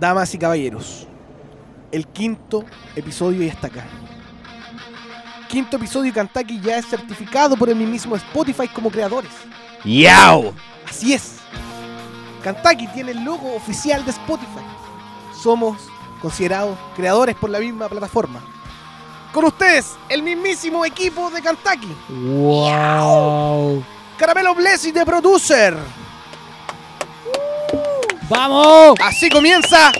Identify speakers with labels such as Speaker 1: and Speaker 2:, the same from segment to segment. Speaker 1: Damas y caballeros, el quinto episodio ya está acá. Quinto episodio y Kentucky ya es certificado por el mismo Spotify como creadores.
Speaker 2: ¡Yao!
Speaker 1: Así es. Kentucky tiene el logo oficial de Spotify. Somos considerados creadores por la misma plataforma. Con ustedes, el mismísimo equipo de Kentucky.
Speaker 3: ¡Wow!
Speaker 1: Caramelo Blessing de Producer.
Speaker 3: ¡Vamos!
Speaker 1: Así comienza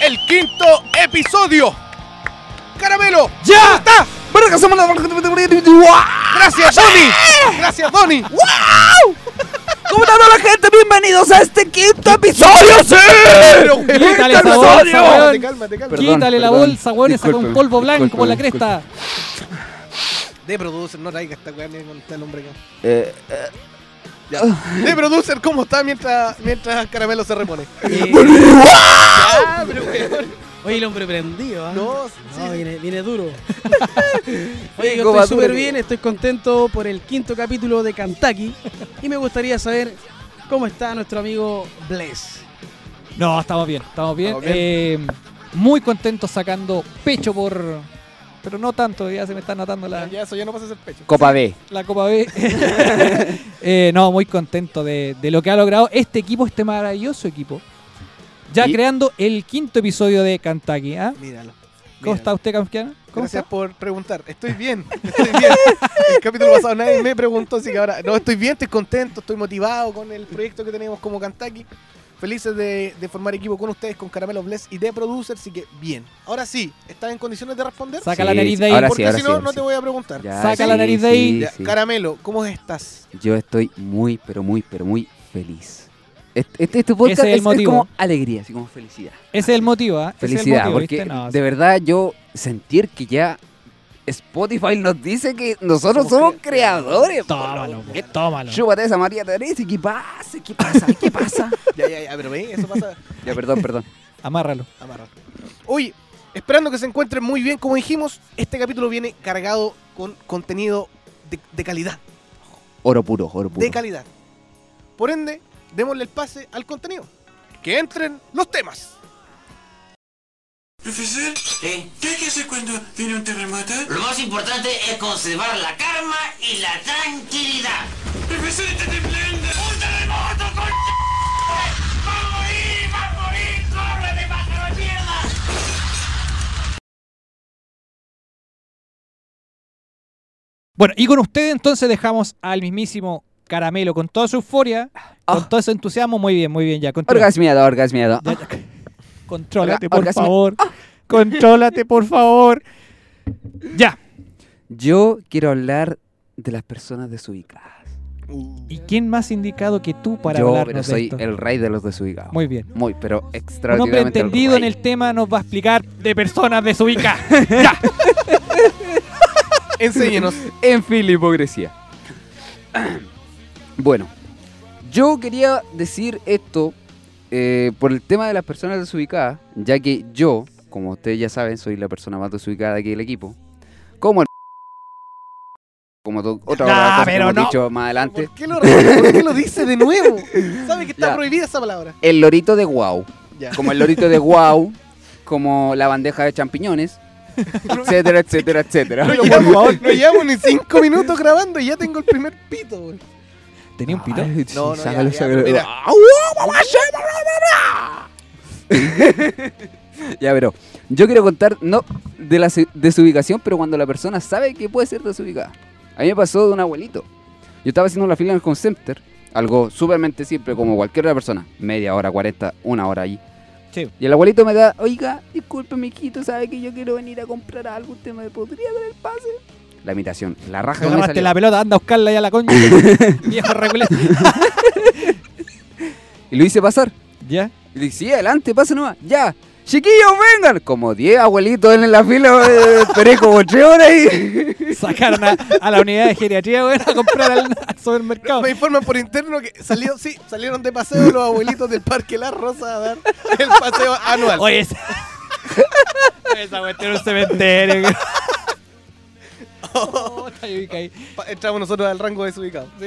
Speaker 1: el quinto episodio. Caramelo,
Speaker 3: ¡Ya!
Speaker 1: ¡está! Gracias, Donny. Gracias, Donny.
Speaker 2: ¿Cómo está toda la gente? Bienvenidos a este quinto episodio, sí.
Speaker 3: Quítale esa bolsa,
Speaker 2: episodio!
Speaker 3: weón.
Speaker 1: cálmate, cálmate.
Speaker 2: Perdón,
Speaker 3: Quítale la
Speaker 2: perdón.
Speaker 3: bolsa, weón, y saca un
Speaker 2: Disculpen,
Speaker 3: polvo blanco
Speaker 2: disculpen,
Speaker 3: por la cresta.
Speaker 1: De Producer, no traiga esta weá ni con el hombre acá.
Speaker 2: Eh, eh,
Speaker 1: De Producer, ¿cómo está mientras, mientras Caramelo se repone? Ah, pero weón.
Speaker 4: Oye, el hombre prendido, ¿ah?
Speaker 1: No,
Speaker 4: No,
Speaker 1: sí.
Speaker 4: viene, viene duro. Oye, yo
Speaker 2: Como
Speaker 4: estoy súper
Speaker 2: duro.
Speaker 4: bien, estoy contento por el quinto capítulo de Kentucky y me gustaría saber cómo está nuestro amigo Bless.
Speaker 3: No, estamos bien, estamos bien.
Speaker 1: Estamos bien.
Speaker 3: Eh, muy contentos sacando pecho por. Pero no tanto, ya se me está notando la,
Speaker 1: Ya, eso ya no pasa a ser pecho.
Speaker 2: Copa B.
Speaker 3: la Copa B. Eh, no, muy contento de, de lo que ha logrado este equipo, este maravilloso equipo. Ya
Speaker 2: Y-
Speaker 3: creando el quinto episodio de Kentucky. ¿ah?
Speaker 1: Míralo.
Speaker 3: ¿Cómo
Speaker 1: míralo.
Speaker 3: está usted, campeón? ¿Cómo
Speaker 1: Gracias
Speaker 3: está?
Speaker 1: por preguntar. Estoy bien, estoy bien. El capítulo pasado nadie me preguntó, así que ahora. No, estoy bien, estoy contento, estoy motivado con el proyecto que tenemos como Kentucky. Felices de, de formar equipo con ustedes, con Caramelo Bless y de Producer, así que bien. Ahora sí, ¿estás en condiciones de responder?
Speaker 3: Saca
Speaker 2: Sí,
Speaker 3: la nariz de ahí.
Speaker 2: ahora
Speaker 1: Porque
Speaker 2: sí, ahora
Speaker 1: si
Speaker 2: sí,
Speaker 1: no,
Speaker 2: ahora
Speaker 1: no
Speaker 2: sí.
Speaker 1: te voy a preguntar.
Speaker 2: Ya,
Speaker 3: Saca la nariz de ahí.
Speaker 1: Ya,
Speaker 2: sí.
Speaker 1: Caramelo, ¿cómo estás?
Speaker 2: Yo estoy muy, pero muy, pero muy feliz. Este, este, este podcast
Speaker 3: Ese es el
Speaker 2: es, es
Speaker 3: motivo.
Speaker 2: como alegría, así como felicidad.
Speaker 3: Ese es el motivo, ¿ah? Ese es el
Speaker 2: Felicidad,
Speaker 3: motivo,
Speaker 2: porque
Speaker 3: ¿viste? No,
Speaker 2: de verdad yo sentir que ya Spotify nos dice que nosotros somos,
Speaker 1: Somos
Speaker 2: creadores.
Speaker 3: Tómalo,
Speaker 2: por
Speaker 3: po,
Speaker 2: lo-
Speaker 3: tómalo.
Speaker 2: Chúpate esa María Teresa, ¿y ¿qué pasa? ¿Qué pasa? ¿Qué pasa?
Speaker 1: Ya, ya, ya, pero ve, eso pasa.
Speaker 2: ya, perdón, perdón.
Speaker 3: Amárralo.
Speaker 1: Amarra. Oye, esperando que se encuentren muy bien, como dijimos, este capítulo viene cargado con contenido de- de calidad.
Speaker 2: Oro puro, oro puro.
Speaker 1: de calidad. Por ende, démosle el pase al contenido. Que entren los temas.
Speaker 5: Profesor, ¿qué hay que hacer cuando viene un terremoto?
Speaker 6: Lo más importante es conservar la calma y la tranquilidad.
Speaker 5: Profesor, está temblando.
Speaker 6: ¡Un terremoto, con ¡Va a morir, va a morir! ¡Corre de pájaro de mierda!
Speaker 3: Bueno, y con ustedes entonces dejamos al mismísimo Caramelo con toda su euforia, con
Speaker 2: Ah.
Speaker 3: todo su entusiasmo. Muy bien, muy bien, ya. Controla.
Speaker 2: Orgasmiado, orgasmiado.
Speaker 3: Ya, ya. Contrólate,
Speaker 2: Orga-
Speaker 3: por
Speaker 2: orgasmo. Ah.
Speaker 3: favor. Contrólate, por favor. Ya.
Speaker 2: Yo quiero hablar de las personas desubicadas. Uh.
Speaker 3: ¿Y quién más indicado que tú para
Speaker 2: yo
Speaker 3: hablarnos
Speaker 2: pero soy
Speaker 3: de esto?
Speaker 2: el rey de los desubicados.
Speaker 3: Muy bien.
Speaker 2: Muy, pero
Speaker 3: Un hombre
Speaker 2: extraordinariamente
Speaker 3: entendido en
Speaker 2: rey.
Speaker 3: el tema nos va a explicar de personas desubicadas. ya.
Speaker 1: Enséñenos.
Speaker 2: En fin, la hipocresía. bueno, yo quería decir esto eh, por el tema de las personas desubicadas, ya que yo, como ustedes ya saben, soy la persona más desubicada aquí del equipo. Como el como to- otra
Speaker 3: Ya,
Speaker 2: cosa que
Speaker 3: pero
Speaker 2: hemos
Speaker 3: no.
Speaker 2: dicho más adelante,
Speaker 1: ¿Por qué, lo, ¿Por qué lo dice de nuevo? Sabe que está
Speaker 2: Ya.
Speaker 1: prohibida esa palabra.
Speaker 2: el lorito de guau,
Speaker 1: Ya.
Speaker 2: como el lorito de guau, como la bandeja de champiñones, etcétera, etcétera, etcétera.
Speaker 1: No llevamos, no llevamos ni cinco minutos grabando y ya tengo el primer pito. güey.
Speaker 3: ¿Tenía un pito?
Speaker 2: Ay, sí,
Speaker 1: No, no, ya,
Speaker 2: sácalo,
Speaker 1: ya,
Speaker 2: sácalo.
Speaker 1: mira.
Speaker 2: Au, au, au, au. ya, pero yo quiero contar, no de la se- desubicación, pero cuando la persona sabe que puede ser desubicada. A mí me pasó de un abuelito. Yo estaba haciendo una fila en el call center, algo sumamente simple, como cualquier otra persona, media hora, 40, una hora allí.
Speaker 3: Sí.
Speaker 2: Y el abuelito me da, oiga, disculpe, mijito, sabe que yo quiero venir a comprar algo, usted me podría dar el pase. La imitación, la raja que me
Speaker 3: Tomaste
Speaker 2: salió.
Speaker 3: la pelota, anda a buscarla ya la concha. Viejo regulete.
Speaker 2: Y lo hice pasar.
Speaker 3: Ya.
Speaker 2: Y le dije, sí, adelante, pasa nomás. Ya. Chiquillos, vengan. Como 10 abuelitos en la fila, eh, esperé como 3 horas y...
Speaker 3: Sacaron a, a la unidad de geriatría weón, a comprar al, al supermercado.
Speaker 1: Me informan por interno que salió, sí, salieron de paseo los abuelitos del Parque La Rosa a dar el paseo anual.
Speaker 3: Oye, esa, esa weón tiene un cementerio. Puta, yo caí.
Speaker 1: Pa- Entramos nosotros al rango desubicado.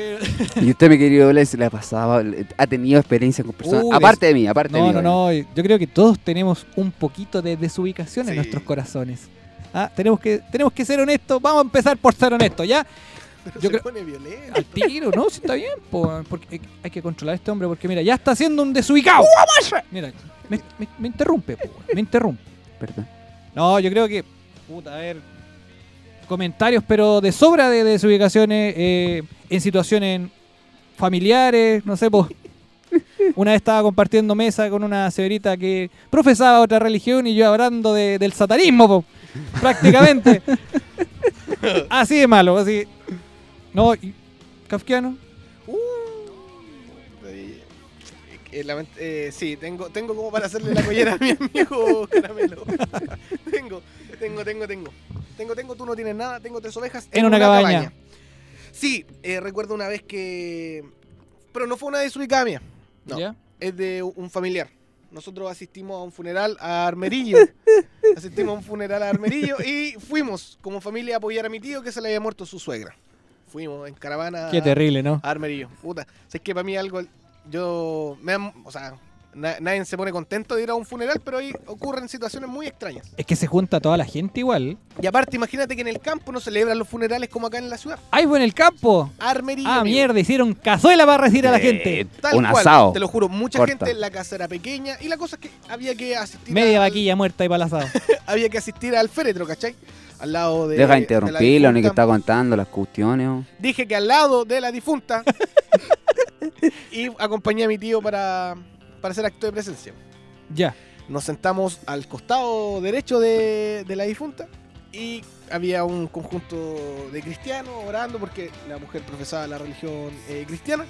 Speaker 2: Y usted, mi querido Blaise, la pasaba, ha tenido experiencia con personas.
Speaker 3: Uy,
Speaker 2: aparte de mí, aparte de
Speaker 3: No,
Speaker 2: mí.
Speaker 3: no, no. Yo creo que todos tenemos un poquito de desubicación en
Speaker 1: Sí.
Speaker 3: nuestros corazones. Ah, tenemos que, tenemos que ser honestos. Vamos a empezar por ser honestos, ¿ya?
Speaker 1: Pero se
Speaker 3: Yo creo-
Speaker 1: pone violento.
Speaker 3: Al tiro, ¿no? Si está bien, po, porque hay- hay que controlar a este hombre porque, mira, ya está siendo un desubicado. Mira, me, me- me interrumpe, po, me interrumpe.
Speaker 2: Perdón.
Speaker 3: No, yo creo que. Puta, a ver. Comentarios, pero de sobra de desubicaciones eh, en situaciones familiares, no sé, pues. Una vez estaba compartiendo mesa con una señorita que profesaba otra religión y yo hablando de- del satanismo, po, prácticamente. así de malo, así. No, y- kafkiano. Uh.
Speaker 1: Eh, eh, lament- eh, sí, tengo, tengo como para hacerle la collera a mi amigo caramelo. tengo, tengo, tengo, tengo. Tengo, tengo, tú no tienes nada, tengo tres ovejas
Speaker 3: En una cabaña.
Speaker 1: Sí, eh, recuerdo una vez que. Pero no fue una de su mía. No.
Speaker 3: ¿Ya?
Speaker 1: es de un familiar. Nosotros asistimos a un funeral a Armerillo. asistimos a un funeral a Armerillo y fuimos como familia a apoyar a mi tío que se le había muerto su suegra. Fuimos en caravana
Speaker 3: Qué terrible, ¿no?
Speaker 1: a Armerillo. Puta, si es que para mí algo. Yo. Me, am- o sea, na- nadie se pone contento de ir a un funeral, pero ahí ocurren situaciones muy extrañas.
Speaker 3: Es que se junta toda la gente igual.
Speaker 1: Y aparte, imagínate que en el campo no celebran los funerales como acá en la ciudad.
Speaker 3: ¡Ay, fue en el campo!
Speaker 1: Armerillo.
Speaker 3: Ah,
Speaker 1: amigo.
Speaker 3: mierda, hicieron cazuela para recibir a la
Speaker 2: Eh,
Speaker 3: gente.
Speaker 1: Tal
Speaker 2: un
Speaker 1: cual,
Speaker 2: asado.
Speaker 1: Te lo juro, mucha
Speaker 2: Corta.
Speaker 1: gente en la casa era pequeña y la cosa es que había que asistir
Speaker 3: Media
Speaker 1: al-
Speaker 3: vaquilla muerta y palazado.
Speaker 1: había que asistir al féretro, ¿cachai? Al lado de.
Speaker 2: Deja de
Speaker 1: de
Speaker 2: interrumpirlo,
Speaker 1: la
Speaker 2: ni que
Speaker 1: difunta.
Speaker 2: está contando las cuestiones. oh.
Speaker 1: Dije que al lado de la difunta. y acompañé a mi tío para, para hacer acto de presencia.
Speaker 3: ya.
Speaker 1: Nos sentamos al costado derecho de, de la difunta y había un conjunto de cristianos orando porque la mujer profesaba la religión eh, cristiana.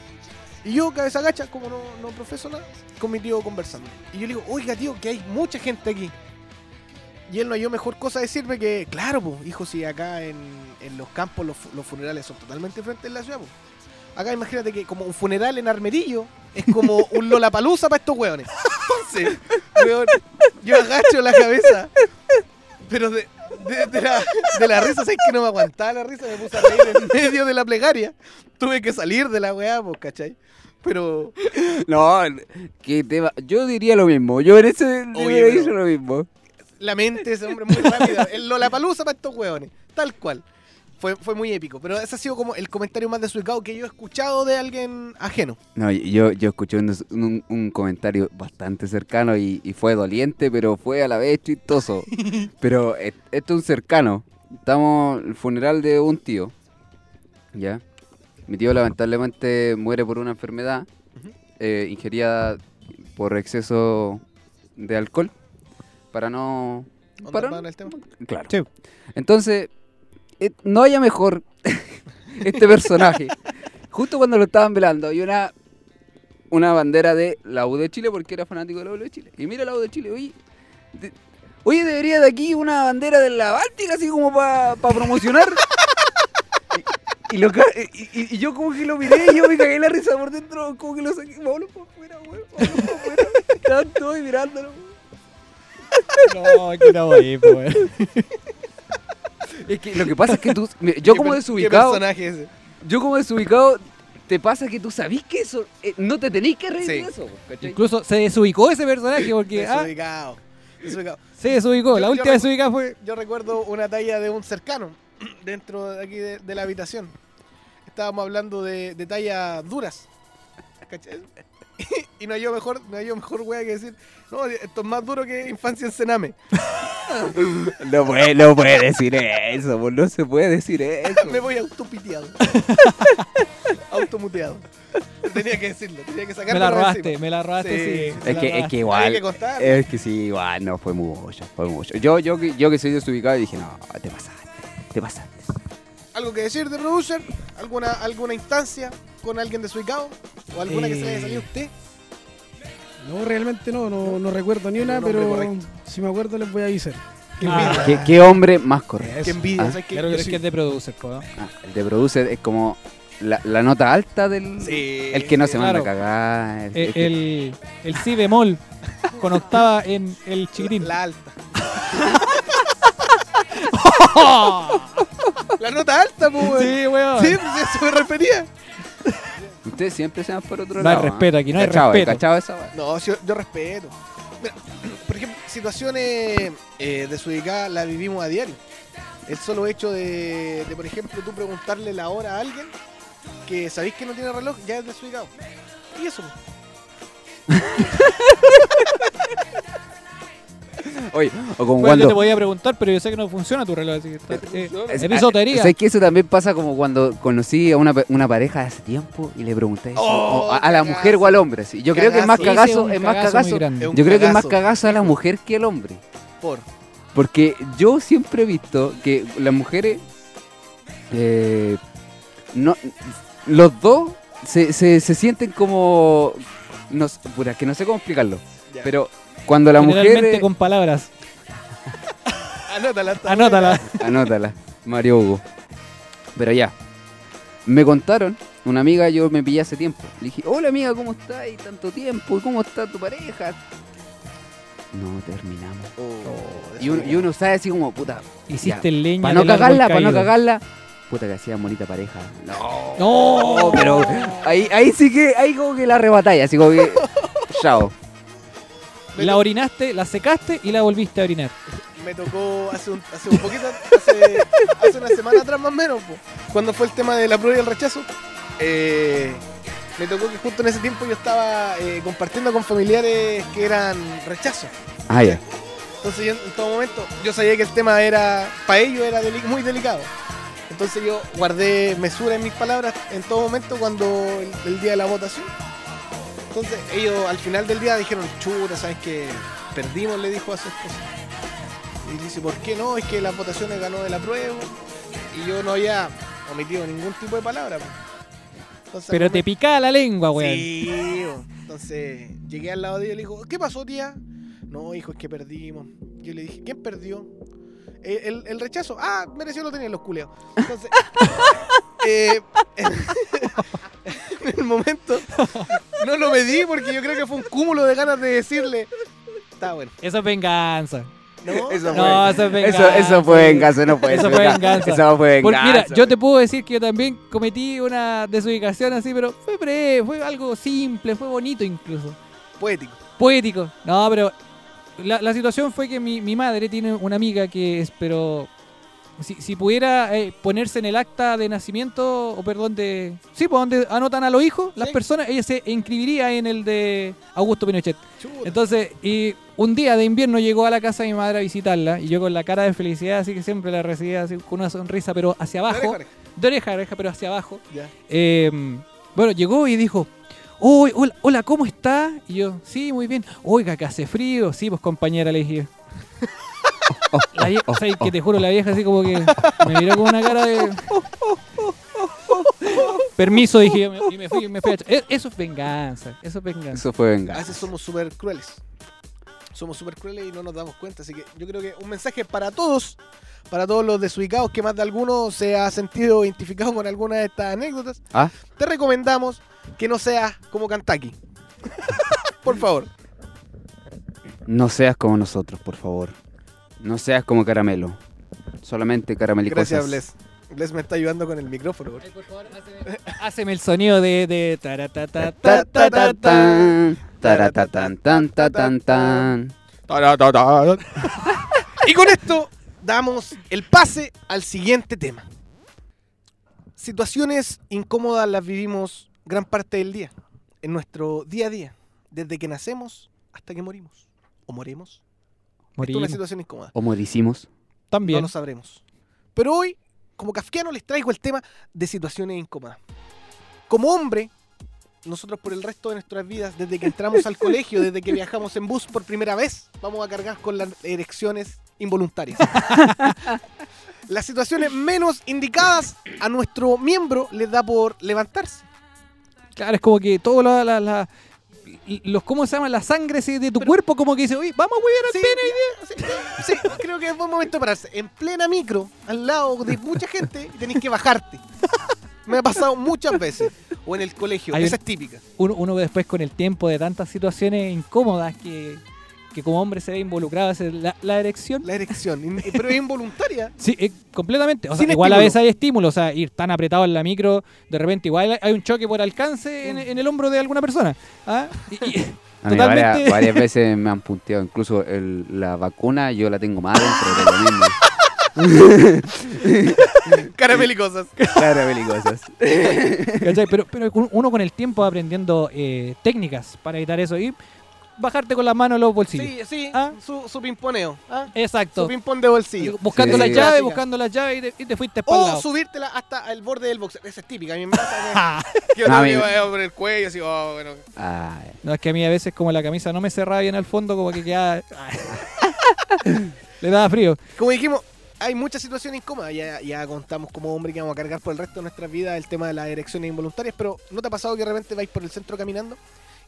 Speaker 1: Y yo, cabeza gacha, como no, no profeso nada, con mi tío conversando. Y yo le digo, oiga tío, que hay mucha gente aquí. Y él no halló mejor cosa decirme que, claro, pues, hijo, si acá en, en los campos los, fu- los funerales son totalmente diferentes en la ciudad, po. Acá imagínate que como un funeral en Armerillo es como un Lollapalooza para estos hueones. Entonces, weón, yo agacho la cabeza. Pero de, de- de la, de la risa, ¿sabes que no me aguantaba la risa? Me puse a reír en medio de la plegaria. Tuve que salir de la weá, pues, ¿cachai? Pero,
Speaker 2: No, que te va- Yo diría lo mismo. Yo en ese
Speaker 1: Oye,
Speaker 2: hubiera
Speaker 1: pero-
Speaker 2: dicho lo mismo. la
Speaker 1: la mente de ese hombre es muy rápida. El Lollapalooza para estos hueones. Tal cual. Fue, fue muy épico. Pero ese ha sido como el comentario más desubicado que yo he escuchado de alguien ajeno.
Speaker 2: No, yo, yo escuché un, un- un comentario bastante cercano y, y fue doliente, pero fue a la vez chistoso. pero et- esto es un cercano. Estamos en el funeral de un tío. ¿Ya? Mi tío lamentablemente muere por una enfermedad eh, ingerida por exceso de alcohol. Para no...
Speaker 1: ¿Onda
Speaker 2: Para,
Speaker 1: hermano, el tema?
Speaker 2: Claro.
Speaker 3: Sí.
Speaker 2: Entonces, eh, no haya mejor este personaje. Justo cuando lo estaban velando, había una, una bandera de la U de Chile porque era fanático de la U de Chile. Y mira la U de Chile, oye. de- oye, debería de aquí una bandera de la Báltica, así como para promocionar. Y, y lo ca- y- y- y yo como que lo miré y yo me cagué la risa por dentro, como que lo saqué, vámonos por fuera, weón, vámonos por fuera. Estaban todos mirándolo. weón.
Speaker 3: No, que no voy, po, weón.
Speaker 2: Es que lo que pasa es que tú, mira, yo
Speaker 1: ¿Qué
Speaker 2: como
Speaker 1: per-
Speaker 2: desubicado,
Speaker 1: ¿Qué personaje ese?
Speaker 2: Yo como desubicado, te pasa que tú sabís que eso, eh, no te tenéis que reír
Speaker 1: Sí.
Speaker 2: de eso, ¿cachai?
Speaker 3: Incluso se desubicó ese personaje porque ah,
Speaker 1: Desubicado. Desubicado.
Speaker 3: se desubicó.
Speaker 1: Yo-
Speaker 3: La
Speaker 1: yo
Speaker 3: última
Speaker 1: recu-
Speaker 3: desubicada fue.
Speaker 1: Yo recuerdo una talla de un cercano dentro de aquí de, de la habitación. Estábamos hablando de, de tallas duras. ¿Cachai? Y no halló mejor, no halló mejor wea que decir, no, esto es más duro que infancia en Sename.
Speaker 2: No puede, no puede decir eso, po, no se puede decir eso.
Speaker 1: Me voy autopiteado. Automuteado. Tenía que decirlo, tenía que sacarlo.
Speaker 3: Me la
Speaker 1: de
Speaker 3: robaste,
Speaker 1: encima.
Speaker 3: me la robaste,
Speaker 1: Sí,
Speaker 3: sí.
Speaker 1: sí,
Speaker 3: me
Speaker 2: Es
Speaker 3: la
Speaker 2: que, es
Speaker 3: robaste.
Speaker 2: que
Speaker 1: Había que
Speaker 2: igual,
Speaker 1: contar.
Speaker 2: es que sí, igual, no, fue mucho, fue mucho. Yo, yo, que- yo que soy desubicado dije, no, te pasaste, te pasaste.
Speaker 1: ¿Algo que decir de producer? ¿Alguna, alguna instancia con alguien desubicado? ¿O alguna que se le haya
Speaker 4: Eh,
Speaker 1: salido a usted?
Speaker 4: No, realmente no, no, no recuerdo ni una,
Speaker 1: Era un hombre
Speaker 4: pero
Speaker 1: correcto.
Speaker 4: si me acuerdo les voy a avisar.
Speaker 3: Ah,
Speaker 2: ¿Qué, qué hombre más correcto?
Speaker 1: Qué envidia.
Speaker 2: Ah,
Speaker 1: ¿sabes qué?
Speaker 3: Claro
Speaker 1: Yo
Speaker 3: que es
Speaker 1: soy-
Speaker 3: que es de producer, po, ¿no?
Speaker 2: Ah, el de producer es como la, la nota alta del...
Speaker 1: Sí.
Speaker 2: El que no se manda a
Speaker 3: Claro.
Speaker 2: cagar. el-
Speaker 3: Eh,
Speaker 2: el que-
Speaker 3: El, el si bemol con octava en el chiquitín.
Speaker 1: La alta.
Speaker 3: ¡Oh!
Speaker 1: La La nota alta, pues, weón.
Speaker 3: Sí, weón.
Speaker 1: Sí, pues eso me refería.
Speaker 2: Ustedes siempre se van por otro
Speaker 3: No hay
Speaker 2: lado. ¿ah?
Speaker 3: respeto aquí, no hay
Speaker 2: Cachao,
Speaker 3: respeto.
Speaker 2: cachao esa weá.
Speaker 1: No, yo, yo respeto. Mira, por ejemplo, situaciones eh, desubicadas las vivimos a diario. El solo hecho de, de, por ejemplo, tú preguntarle la hora a alguien que sabéis que no tiene reloj, ya es desubicado. Y eso, pues.
Speaker 2: Oye, o con
Speaker 3: Bueno, yo te
Speaker 2: cuando.
Speaker 3: podía preguntar, pero yo sé que no funciona tu reloj, así que está- eh,
Speaker 2: Es-
Speaker 3: es bisotería.
Speaker 2: ¿Sabes que eso también pasa como cuando conocí a una, pa- una pareja de hace tiempo y le pregunté eso,
Speaker 1: Oh,
Speaker 2: o a, a la
Speaker 1: cagazo.
Speaker 2: mujer o al hombre? sí. Yo creo que es más
Speaker 1: Cagazo.
Speaker 2: cagazo,
Speaker 3: Ese
Speaker 2: es más
Speaker 3: un muy
Speaker 2: cagazo.
Speaker 3: grande.
Speaker 1: Es un
Speaker 2: Yo creo que es más
Speaker 1: cagazo.
Speaker 2: cagazo a la mujer que al hombre.
Speaker 1: Por.
Speaker 2: Porque yo siempre he visto que las mujeres. eh, no, los dos se, se- se sienten como. No, sé, puta, que no sé cómo explicarlo.
Speaker 1: Ya.
Speaker 2: Pero cuando la mujer. eh,
Speaker 3: Generalmente con palabras.
Speaker 1: Anótala. está
Speaker 3: Anótala.
Speaker 2: Anótala, Mario Hugo. Pero ya. Me contaron, una amiga yo me pillé hace tiempo. Le dije, hola amiga, ¿cómo estás? Tanto tiempo, ¿y ¿cómo está tu pareja? No, terminamos.
Speaker 1: buena. Oh,
Speaker 2: Y uno, y uno sabe así como, puta,
Speaker 3: Hiciste leña.
Speaker 2: para no
Speaker 3: del árbol
Speaker 2: cagarla, para no
Speaker 3: caído.
Speaker 2: cagarla. Puta que hacía bonita pareja. No,
Speaker 3: No,
Speaker 2: pero ahí, ahí sí que, ahí como que la arrebatáis, así como que, chao.
Speaker 3: La orinaste, la secaste y la volviste a orinar.
Speaker 1: me tocó hace un, hace un poquito, hace, hace una semana atrás más o menos, po, cuando fue el tema de la prueba y el rechazo. eh, me tocó que justo en ese tiempo yo estaba eh, compartiendo con familiares que eran rechazo.
Speaker 2: Ah, ya.
Speaker 1: Entonces yo en todo momento yo sabía que el tema era, para ellos era deli- muy delicado. Entonces yo guardé mesura en mis palabras en todo momento cuando el, el día de la votación. Entonces ellos al final del día dijeron, chuta, ¿sabes que Perdimos, le dijo a su esposa. Y dice, ¿por qué no? Es que las votaciones ganó el apruebo y yo no había omitido ningún tipo de palabra. pues. Entonces,
Speaker 3: Pero
Speaker 1: al
Speaker 3: te picaba la lengua, Ah, weón.
Speaker 1: Sí, bo. entonces llegué al lado de ella y le dijo, ¿qué pasó, tía? No, hijo, es que perdimos. Yo le dije, ¿quién perdió? El, el- el rechazo. Ah, mereció lo tenían los culeos. Entonces, eh, en el momento no lo medí porque yo creo que fue un cúmulo de ganas de decirle, está bueno.
Speaker 3: Eso es venganza.
Speaker 1: No,
Speaker 2: Eso
Speaker 1: está
Speaker 3: No,
Speaker 2: Bueno,
Speaker 3: eso es
Speaker 2: Eso,
Speaker 3: venganza.
Speaker 2: eso fue venganza, no fue
Speaker 3: Eso fue venganza.
Speaker 2: Eso fue
Speaker 3: Porque,
Speaker 2: venganza.
Speaker 3: mira, yo te puedo decir que yo también cometí una desubicación así, pero fue breve, fue algo simple, fue bonito incluso.
Speaker 1: poético.
Speaker 3: Poético. No, pero la, la situación fue que mi, mi madre tiene una amiga que es, pero... Si, si pudiera eh, ponerse en el acta de nacimiento, o perdón, de... Sí, pues donde anotan a los hijos, las
Speaker 1: Sí.
Speaker 3: personas, ella se inscribiría en el de Augusto Pinochet.
Speaker 1: Chuta.
Speaker 3: Entonces, y un día de invierno llegó a la casa de mi madre a visitarla y yo con la cara de felicidad, así que siempre la recibía así, con una sonrisa, pero hacia abajo,
Speaker 1: Oreja, oreja.
Speaker 3: de oreja a oreja, pero hacia abajo.
Speaker 1: Ya.
Speaker 3: Eh, bueno, llegó y dijo, "Uy, hola, hola, ¿cómo está? Y yo, sí, muy bien. Oiga, que hace frío. Sí, pues compañera, le dije. La vie- o sea, que te juro, la vieja así como que me miró con una cara de... Permiso, dije yo, y me fui, me fui a... e- Eso es venganza, eso es venganza.
Speaker 2: Eso fue
Speaker 1: A
Speaker 2: venganza.
Speaker 1: veces somos súper crueles. Somos súper crueles y no nos damos cuenta. Así que yo creo que un mensaje para todos, para todos los desubicados que más de alguno se ha sentido identificado con alguna de estas anécdotas.
Speaker 2: Ah.
Speaker 1: Te recomendamos que no seas como Kentucky. Por favor.
Speaker 2: No seas como nosotros, por favor. No seas como caramelo. Solamente caramelicosa.
Speaker 1: Gracias, Bless. Bless me está ayudando con el micrófono. por favor.
Speaker 3: Por favor, háceme, háceme el sonido de. de taratata,
Speaker 2: Ta, ta,
Speaker 3: ta,
Speaker 2: ta,
Speaker 3: ta.
Speaker 2: tan, taratatan, tan, ta, tan, tan.
Speaker 1: Y con esto damos el pase al siguiente tema. Situaciones incómodas las vivimos gran parte del día, en nuestro día a día, desde que nacemos hasta que morimos. ¿O moremos? Esto es una
Speaker 3: Morimos.
Speaker 1: situación incómoda.
Speaker 2: ¿O modicimos?
Speaker 1: No
Speaker 3: También.
Speaker 1: lo sabremos. Pero hoy, como kafkiano, les traigo el tema de situaciones incómodas. Como hombre, nosotros por el resto de nuestras vidas, desde que entramos al colegio, desde que viajamos en bus por primera vez, vamos a cargar con las erecciones involuntarias. las situaciones menos indicadas a nuestro miembro les da por levantarse.
Speaker 3: Claro, es como que todo la, la- la- los cómo se llama la sangre ese de tu cuerpo como que dice uy vamos güey
Speaker 1: Sí, sí, sí, creo que es buen momento para pararse. En plena micro, al lado de mucha gente, tenés que bajarte. Me ha pasado muchas veces. O en el colegio,
Speaker 3: Hay
Speaker 1: esa
Speaker 3: un-
Speaker 1: es típica.
Speaker 3: uno, uno después con el tiempo de tantas situaciones incómodas que, que como hombre se ve involucrado, es la, la erección.
Speaker 1: La erección, in- pero es involuntaria.
Speaker 3: Sí, eh, completamente. O sea,
Speaker 1: Sin
Speaker 3: igual a
Speaker 1: estímulo.
Speaker 3: veces hay estímulos, o sea, ir tan apretado en la micro, de repente igual hay un choque por alcance en, en el hombro de alguna persona. ¿ah? Y- y-
Speaker 2: A mí
Speaker 3: Totalmente.
Speaker 2: varias, varias veces me han punteado, incluso el- la vacuna yo la tengo más dentro de lo mismo.
Speaker 1: Caramel y cosas.
Speaker 2: Claro, belicosas.
Speaker 3: ¿Cachai? Pero, pero uno con el tiempo va aprendiendo eh, técnicas para evitar eso y bajarte con las manos los bolsillos.
Speaker 1: Sí, sí,
Speaker 3: Ah.
Speaker 1: su, su pimponeo. ah, Su
Speaker 3: Exacto.
Speaker 1: pimpón de bolsillo.
Speaker 3: Buscando
Speaker 2: Sí.
Speaker 3: las llaves,
Speaker 1: Clásica.
Speaker 3: buscando las llaves y te, y te fuiste para
Speaker 1: O subírtela hasta el borde del boxer. Esa es típica. A mí me pasa que yo
Speaker 2: No, a
Speaker 1: tengo
Speaker 2: mí-
Speaker 1: que vaya por el cuello así, oh, bueno.
Speaker 2: Ay,
Speaker 3: No, es que a mí a veces como la camisa no me cerraba bien al fondo, como que quedaba... Le daba frío.
Speaker 1: Como dijimos, hay muchas situaciones incómodas. Ya, ya contamos como hombre que vamos a cargar por el resto de nuestras vidas el tema de las erecciones involuntarias, pero ¿no te ha pasado que de repente vais por el centro caminando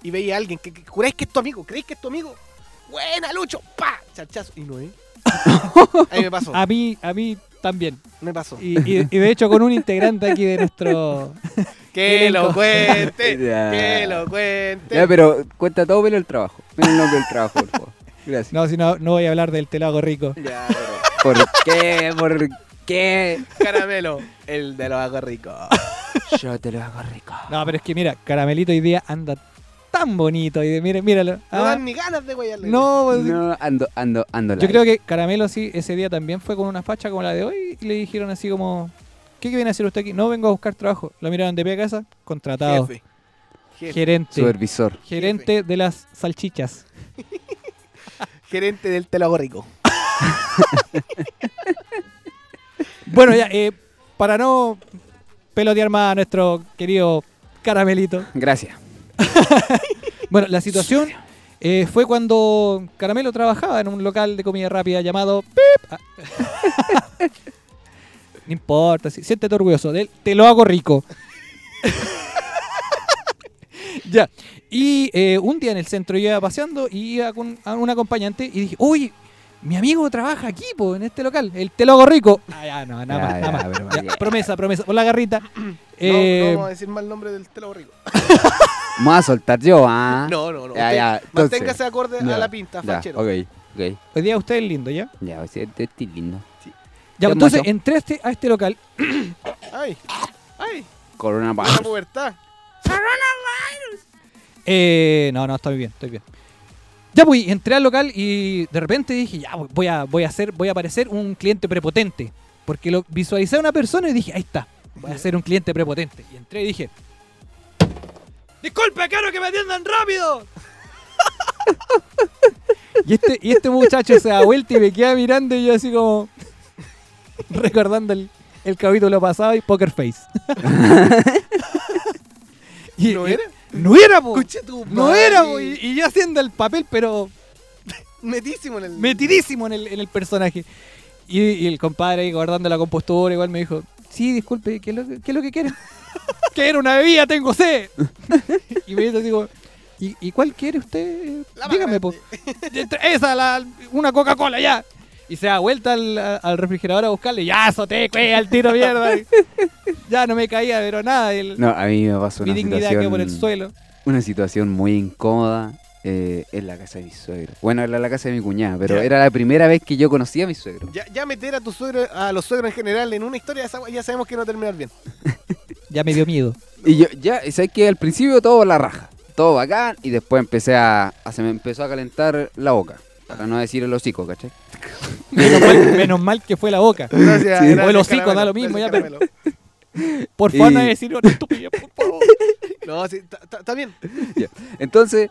Speaker 1: y veis a alguien que, que juráis que es tu amigo? ¿Creéis que es tu amigo? ¡Buena, Lucho! ¡Pa! Chachazo. Y no es. A mí me pasó,
Speaker 3: A mí, a mí también.
Speaker 1: me pasó.
Speaker 3: Ah. Y, y- y de hecho con un integrante aquí de nuestro...
Speaker 1: ¡Que
Speaker 3: elenco.
Speaker 1: lo cuente!
Speaker 2: Ya.
Speaker 1: ¡Que lo cuente!
Speaker 2: Ya, pero cuenta todo menos el trabajo. Menos el nombre del trabajo, por favor. Gracias.
Speaker 3: No, si no, no voy a hablar del telago rico.
Speaker 1: Ya, pero-
Speaker 2: ¿Por qué? ¿Por qué?
Speaker 1: Caramelo, el de los hago rico.
Speaker 3: Ah.
Speaker 2: Yo te lo hago rico.
Speaker 3: No, pero es que mira, Caramelito hoy día anda tan bonito. Y de- mira, míralo.
Speaker 1: No
Speaker 3: Ah,
Speaker 1: dan ni ganas de guayarle.
Speaker 3: no, pues,
Speaker 2: No, ando, ando, ando.
Speaker 3: Yo creo que Caramelo sí, ese día también fue con una facha como la de hoy y le dijeron así como, ¿qué, qué viene a hacer usted aquí? No, vengo a buscar trabajo. Lo miraron de pie a casa, contratado.
Speaker 1: Jefe. Jefe.
Speaker 3: gerente.
Speaker 2: Supervisor.
Speaker 3: gerente de las salchichas.
Speaker 1: Gerente del te lo hago rico.
Speaker 3: Bueno, ya, eh, para no pelotear más a nuestro querido Caramelito.
Speaker 2: Gracias.
Speaker 3: Bueno, la situación eh, fue cuando Caramelo trabajaba en un local de comida rápida llamado Pip. Ah. no importa, sí, siéntete orgulloso de él, te lo hago rico. ya. Y eh, un día en el centro yo iba paseando y iba con a un acompañante y dije, uy, mi amigo trabaja aquí, po, en este local, el te lo hago rico. Ah, ya, no, nada
Speaker 2: Ya,
Speaker 3: más, nada
Speaker 2: ya,
Speaker 3: más.
Speaker 2: pero
Speaker 3: Ya,
Speaker 2: ya.
Speaker 3: promesa, promesa, por la garrita.
Speaker 1: No,
Speaker 3: Eh,
Speaker 1: no vamos a decir mal nombre del te lo hago rico.
Speaker 2: Me voy a soltar yo, ¿ah?
Speaker 1: No, no, no.
Speaker 2: Ya,
Speaker 1: Usted
Speaker 2: ya, entonces.
Speaker 1: manténgase acorde
Speaker 2: Ya,
Speaker 1: a la pinta,
Speaker 2: Ya,
Speaker 1: fachero.
Speaker 2: ok, ok.
Speaker 3: hoy día usted es lindo, ¿ya?
Speaker 2: Ya, ese este es lindo.
Speaker 3: Ya,
Speaker 2: Qué
Speaker 3: entonces
Speaker 2: hermoso.
Speaker 3: entré a este- a este local
Speaker 1: Ay, ay, la
Speaker 2: Coronavirus.
Speaker 1: pubertad.
Speaker 3: Eh, no, no, estoy bien, estoy bien. Ya pues, y entré al local y de repente dije, ya voy a, voy a hacer, voy a aparecer un cliente prepotente. Porque lo visualicé a una persona y dije, ahí está, voy a ser un cliente prepotente. Y entré y dije, disculpe, quiero que me atiendan rápido. y, este, y este muchacho se da vuelta y me queda mirando y yo así como recordando el, el capítulo pasado y Poker Face. Y-
Speaker 1: ¿No
Speaker 3: y-
Speaker 1: era?
Speaker 3: No era, po.
Speaker 1: Escuché tu
Speaker 3: No
Speaker 1: madre.
Speaker 3: era, po, y, y yo haciendo el papel, pero
Speaker 1: Metísimo en el.
Speaker 3: metidísimo en el, en el personaje. Y, y el compadre ahí guardando la compostura, igual me dijo, sí, disculpe, ¿qué es lo, que- qué es lo que quiere? quiero una bebida, tengo sed. y me dijo, digo, ¿Y, y cuál quiere usted?
Speaker 1: La más
Speaker 3: Dígame, po. Esa, la, una Coca-Cola, ya. Y se da vuelta al, al refrigerador a buscarle, ya, soteco, eh, al tiro mierda. Y ya no me caía, pero nada. y el-
Speaker 2: No, a mí me pasó
Speaker 3: mi
Speaker 2: una
Speaker 3: dignidad
Speaker 2: situación...
Speaker 3: quedó por el suelo.
Speaker 2: una situación muy incómoda eh, en la casa de mi suegro. Bueno, era la casa de mi cuñada, pero era la primera vez que yo conocía a mi suegro.
Speaker 1: Ya, ya meter a tu suegro, a los suegros en general en una historia, esa wea ya sabemos que no va a terminar bien.
Speaker 3: Ya me dio miedo.
Speaker 2: Y yo, ya, y sabes que al principio todo la raja, todo bacán, y después empecé a, a- se me empezó a calentar la boca, para no decir el hocico, ¿cachai?
Speaker 3: Menos mal, menos mal que fue la boca.
Speaker 1: Gracias,
Speaker 2: Sí.
Speaker 1: gracias,
Speaker 3: O el hocico,
Speaker 1: caramelo,
Speaker 3: da lo mismo,
Speaker 1: gracias,
Speaker 3: ya,
Speaker 1: caramelo.
Speaker 3: Por favor,
Speaker 2: Y-
Speaker 3: no decir una estupidez, por favor.
Speaker 1: No, sí, está- está está bien.
Speaker 2: Entonces,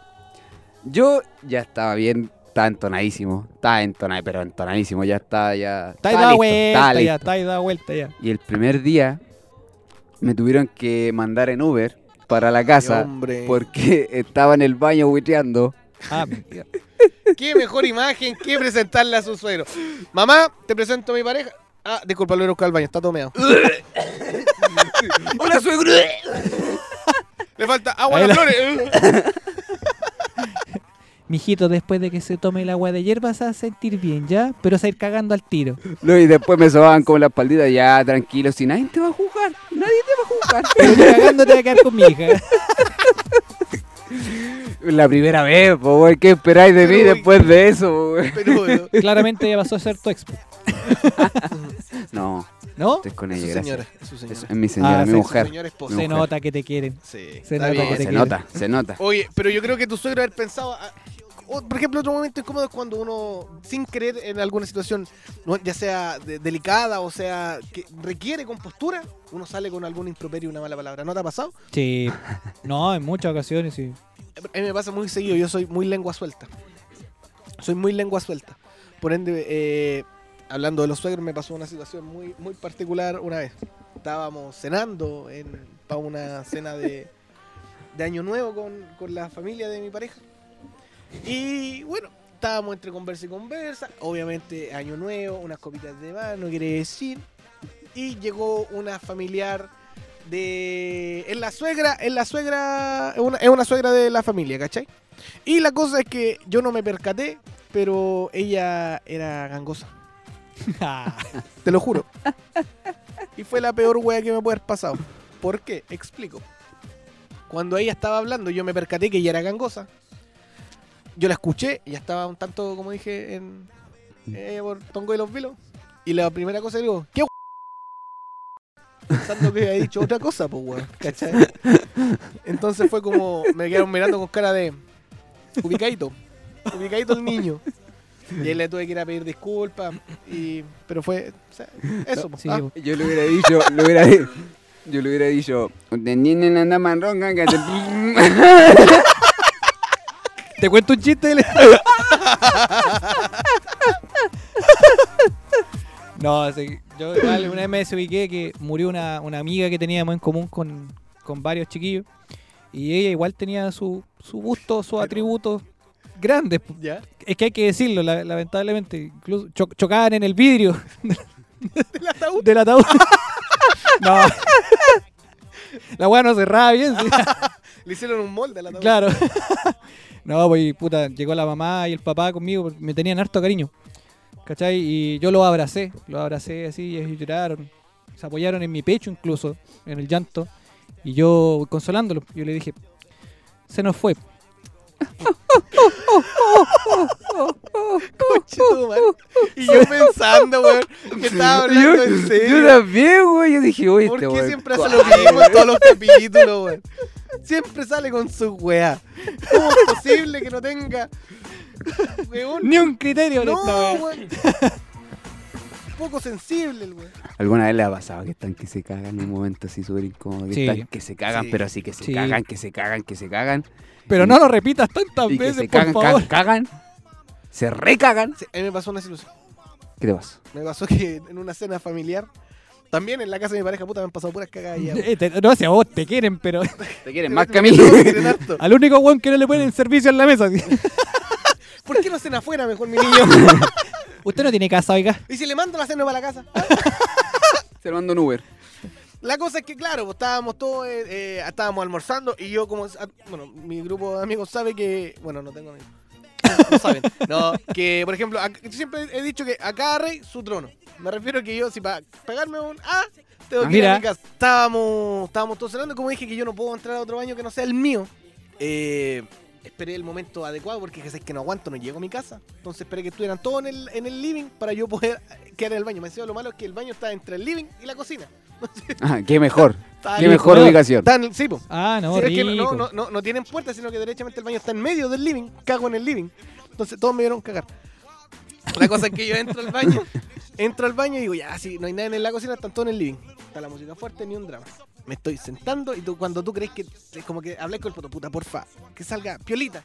Speaker 2: yo ya estaba bien, estaba entonadísimo, estaba entonadísimo, pero entonadísimo, ya estaba, ya...
Speaker 3: Está
Speaker 2: estaba
Speaker 3: ahí dada
Speaker 2: listo, estaba
Speaker 3: vuelta, ya,
Speaker 2: listo.
Speaker 3: está ahí dada vuelta, ya.
Speaker 2: Y el primer día me tuvieron que mandar en Uber para la casa
Speaker 1: Hombre.
Speaker 3: pues,
Speaker 2: porque estaba en el baño huiteando.
Speaker 3: Ah, mira.
Speaker 1: Qué mejor imagen que presentarle a su suegro. Mamá, te presento a mi pareja. Ah, disculpa, lo he buscado al baño, está tomeado.
Speaker 2: ¡Hola, suegro!
Speaker 1: Le falta agua a
Speaker 3: Ahí
Speaker 1: las
Speaker 3: la-
Speaker 1: flores.
Speaker 3: Mijito, después de que se tome el agua de ayer vas a sentir bien, ¿ya? Pero vas a ir cagando al tiro.
Speaker 2: No, y después me sobaban con la espaldita, ya tranquilo, si nadie te va a juzgar, nadie te va a juzgar.
Speaker 3: Pero ni cagando te va a quedar con mi hija.
Speaker 2: La primera vez, po, weón. ¿Qué esperáis de mí
Speaker 1: Pero,
Speaker 2: después de eso, po, weón?
Speaker 1: Pero,
Speaker 3: Claramente ya pasó a ser tu ex.
Speaker 2: No,
Speaker 3: ¿No?
Speaker 2: estoy con
Speaker 1: su
Speaker 2: ella, gracias.
Speaker 1: señora, su señora.
Speaker 2: Es mi señora,
Speaker 3: Ah,
Speaker 2: mi
Speaker 3: sí, su
Speaker 1: Su
Speaker 2: mujer.
Speaker 1: señora esposa.
Speaker 2: Mi
Speaker 3: Se
Speaker 2: mujer.
Speaker 3: nota que te quieren.
Speaker 1: Sí,
Speaker 3: Se
Speaker 1: está
Speaker 3: nota
Speaker 1: bien.
Speaker 3: que
Speaker 2: No,
Speaker 3: te
Speaker 2: se
Speaker 3: quiere.
Speaker 2: nota, se nota.
Speaker 1: Oye, pero yo creo que tu suegro haber pensado. ah, o- por ejemplo, otro momento incómodo es cuando uno, sin creer en alguna situación, no- ya sea de- delicada o sea que requiere compostura, uno sale con algún improperio, una mala palabra. ¿No te ha pasado?
Speaker 3: Sí. No, en muchas ocasiones sí.
Speaker 1: A mí me pasa muy seguido, yo soy muy lengua suelta. Soy muy lengua suelta. Por ende, eh, hablando de los suegros, me pasó una situación muy, muy particular una vez. Estábamos cenando para una cena de, de Año Nuevo con, con la familia de mi pareja. Y bueno, estábamos entre conversa y conversa. Obviamente, Año Nuevo, unas copitas de más, no quiere decir. Y llegó una familiar de es la suegra es la suegra es una, es una suegra de la familia ¿cachai? y la cosa es que yo no me percaté pero ella era gangosa
Speaker 3: Ah,
Speaker 1: te lo juro y fue la peor wea que me puede haber pasado ¿por qué? explico cuando ella estaba hablando yo me percaté que ella era gangosa yo la escuché ella estaba un tanto como dije en eh, por Tongo y los Vilos y la primera cosa que digo ¿qué pensando que había dicho otra cosa, pues, weón. ¿Cachai? Entonces fue como, me quedaron mirando con cara de ubicadito, ubicadito el niño. Y ahí le tuve que ir a pedir disculpas, y, pero fue, o sea, eso, pues.
Speaker 3: Sí,
Speaker 1: ah.
Speaker 3: po.
Speaker 2: Yo le hubiera dicho, le hubiera dicho, yo le hubiera dicho, "Te niñen anda manronga, que te-".
Speaker 3: Te cuento un chiste. Le... no, sí, yo igual una vez me desubiqué que murió una, una amiga que teníamos en común con, con varios chiquillos. Y ella igual tenía su, su gusto, sus atributos grandes. po.
Speaker 1: ¿Ya?
Speaker 3: Es que hay que decirlo, la- lamentablemente. Incluso cho- chocaban en el vidrio
Speaker 1: ¿El ataúd?
Speaker 3: del ataúd. no. La weá no cerraba bien. sí.
Speaker 1: Le hicieron un molde al ataúd.
Speaker 3: Claro. no, pues puta, llegó la mamá y el papá conmigo, porque me tenían harto cariño. ¿Cachai? Y yo los abracé, los abracé así, y ellos lloraron. Se apoyaron en mi pecho incluso, en el llanto. Y yo consolándolos, yo le dije, se nos fue.
Speaker 1: Chetumare. Y yo pensando, weón, que estaba hablando
Speaker 2: Yo-
Speaker 1: en serio.
Speaker 2: Yo también, güey, yo dije, oye,
Speaker 1: ¿Por
Speaker 2: este
Speaker 1: qué
Speaker 2: weón,
Speaker 1: siempre hace
Speaker 2: ¿cuál?
Speaker 1: lo mismo en todos los capítulos, weón? Siempre sale con su weá. ¿Cómo es posible que no tenga. Weón?
Speaker 3: Ni un criterio en
Speaker 1: No,
Speaker 3: esta wea.
Speaker 1: weón. Poco sensible el weón.
Speaker 2: ¿Alguna vez le ha pasado que están que se cagan en un momento así súper incómodo? Que
Speaker 3: Sí.
Speaker 2: están que se cagan,
Speaker 1: Sí.
Speaker 2: pero así que se
Speaker 3: Sí.
Speaker 2: cagan, que se cagan, que se cagan.
Speaker 3: Pero no lo repitas tantas
Speaker 2: Y que
Speaker 3: veces,
Speaker 2: se
Speaker 3: por
Speaker 2: cagan,
Speaker 3: favor.
Speaker 2: cagan, cagan. Se recagan.
Speaker 1: Sí, a mí me pasó una situación.
Speaker 2: ¿Qué te pasa?
Speaker 1: Me pasó que en una cena familiar. También en la casa de mi pareja puta me han pasado puras cagadas ya. weón.
Speaker 3: Eh, te- no sé, a vos te quieren, pero
Speaker 2: ¿Te quieren más que a mí?
Speaker 1: Me quieren harto.
Speaker 3: al único weón que no le ponen servicio en la mesa. así.
Speaker 1: ¿Por qué no cena afuera mejor mi niño?
Speaker 3: Usted no tiene casa, oiga.
Speaker 1: ¿Y si le mando la cena para la casa?
Speaker 2: Se lo mando un Uber.
Speaker 1: La cosa es que, claro, pues, estábamos todos, eh, eh, estábamos almorzando y yo como, ah, bueno, mi grupo de amigos sabe que, bueno, no tengo amigos. No saben. No, que, por ejemplo, ac- yo siempre he dicho que a cada rey su trono. Me refiero que yo, si para pegarme un A, tengo que ir
Speaker 3: Mira.
Speaker 1: a mi casa. Estábamos, estábamos todos cenando, como dije que yo no puedo entrar a otro baño que no sea el mío. Eh, esperé el momento adecuado porque es que no aguanto, no llego a mi casa. Entonces esperé que estuvieran todos en el, en el living para yo poder eh, quedar en el baño. Me decía lo malo es que el baño está entre el living y la cocina.
Speaker 2: Ah, qué mejor.
Speaker 1: Está
Speaker 2: Qué
Speaker 1: ahí,
Speaker 2: mejor
Speaker 3: weón.
Speaker 2: ubicación.
Speaker 1: Están, sí, po.
Speaker 3: Ah, no,
Speaker 1: Sí, es que
Speaker 3: rico.
Speaker 1: no, no, no, no tienen puerta, sino que derechamente el baño está en medio del living. Cago en el living. Entonces todos me vieron cagar. La cosa es que yo entro al baño, entro al baño y digo, ya, si no hay nadie en la cocina, están todos en el living. Está la música fuerte, ni un drama. Me estoy sentando y tú, cuando tú crees que, es como que hablé con el puto, puta, porfa, que salga piolita.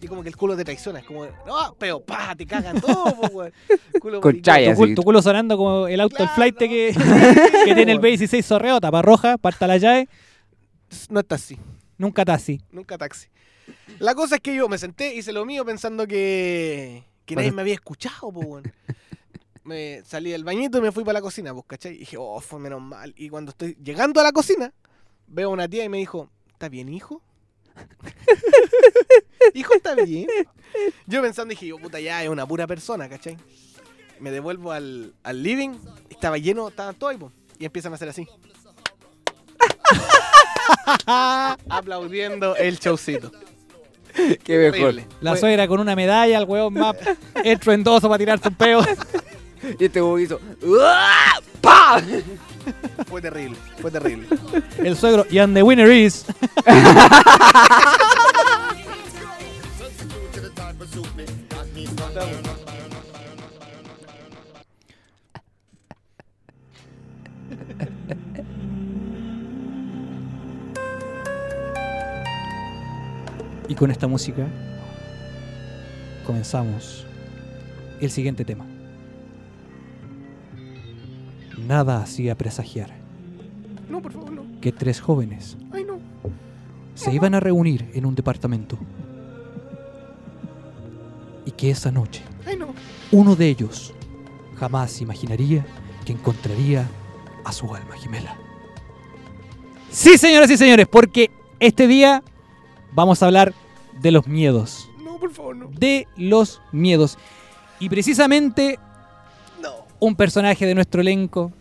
Speaker 1: Y como que el culo te traiciona, es como, no, pero pa, te cagan todo, po, weón. Culo
Speaker 2: Con
Speaker 1: maricón.
Speaker 2: chaya.
Speaker 3: Tu, cul-
Speaker 2: así.
Speaker 3: tu culo sonando como el auto del
Speaker 1: Claro.
Speaker 3: flight que, que tiene el B16 sorreo, tapa roja, parta la llave,
Speaker 1: No está así.
Speaker 3: nunca taxi.
Speaker 1: Nunca taxi. La cosa es que yo me senté, hice lo mío pensando que, que nadie me había escuchado, po, weón. Me salí del bañito y me fui para la cocina, pues, ¿cachai? Y dije, oh, fue menos mal. Y cuando estoy llegando a la cocina, veo a una tía y me dijo, ¿está bien, hijo? hijo, ¿está bien? Yo pensando, dije, yo, puta, ya es una pura persona, ¿cachai? Me devuelvo al, al living, estaba lleno, estaban todos ahí, po, y empiezan a hacer así. aplaudiendo el showcito.
Speaker 2: Qué mejor.
Speaker 1: Horrible.
Speaker 3: La suegra con una medalla, el huevón más estruendoso para tirar un peo.
Speaker 2: Y este huevo hizo. ¡Uah! ¡Pah!
Speaker 1: Fue terrible, fue terrible.
Speaker 3: El suegro, y and the winner is. Y con esta música comenzamos el siguiente tema. Nada hacía presagiar
Speaker 1: No, por favor, no.
Speaker 3: que tres jóvenes
Speaker 1: Ay, no.
Speaker 3: se iban a reunir en un departamento. Y que esa noche
Speaker 1: Ay, no.
Speaker 3: uno de ellos jamás imaginaría que encontraría a su alma gemela. Sí, señoras y señores, porque este día vamos a hablar de los miedos.
Speaker 1: No, por favor, no.
Speaker 3: De los miedos. Y precisamente
Speaker 1: No.
Speaker 3: un personaje de nuestro elenco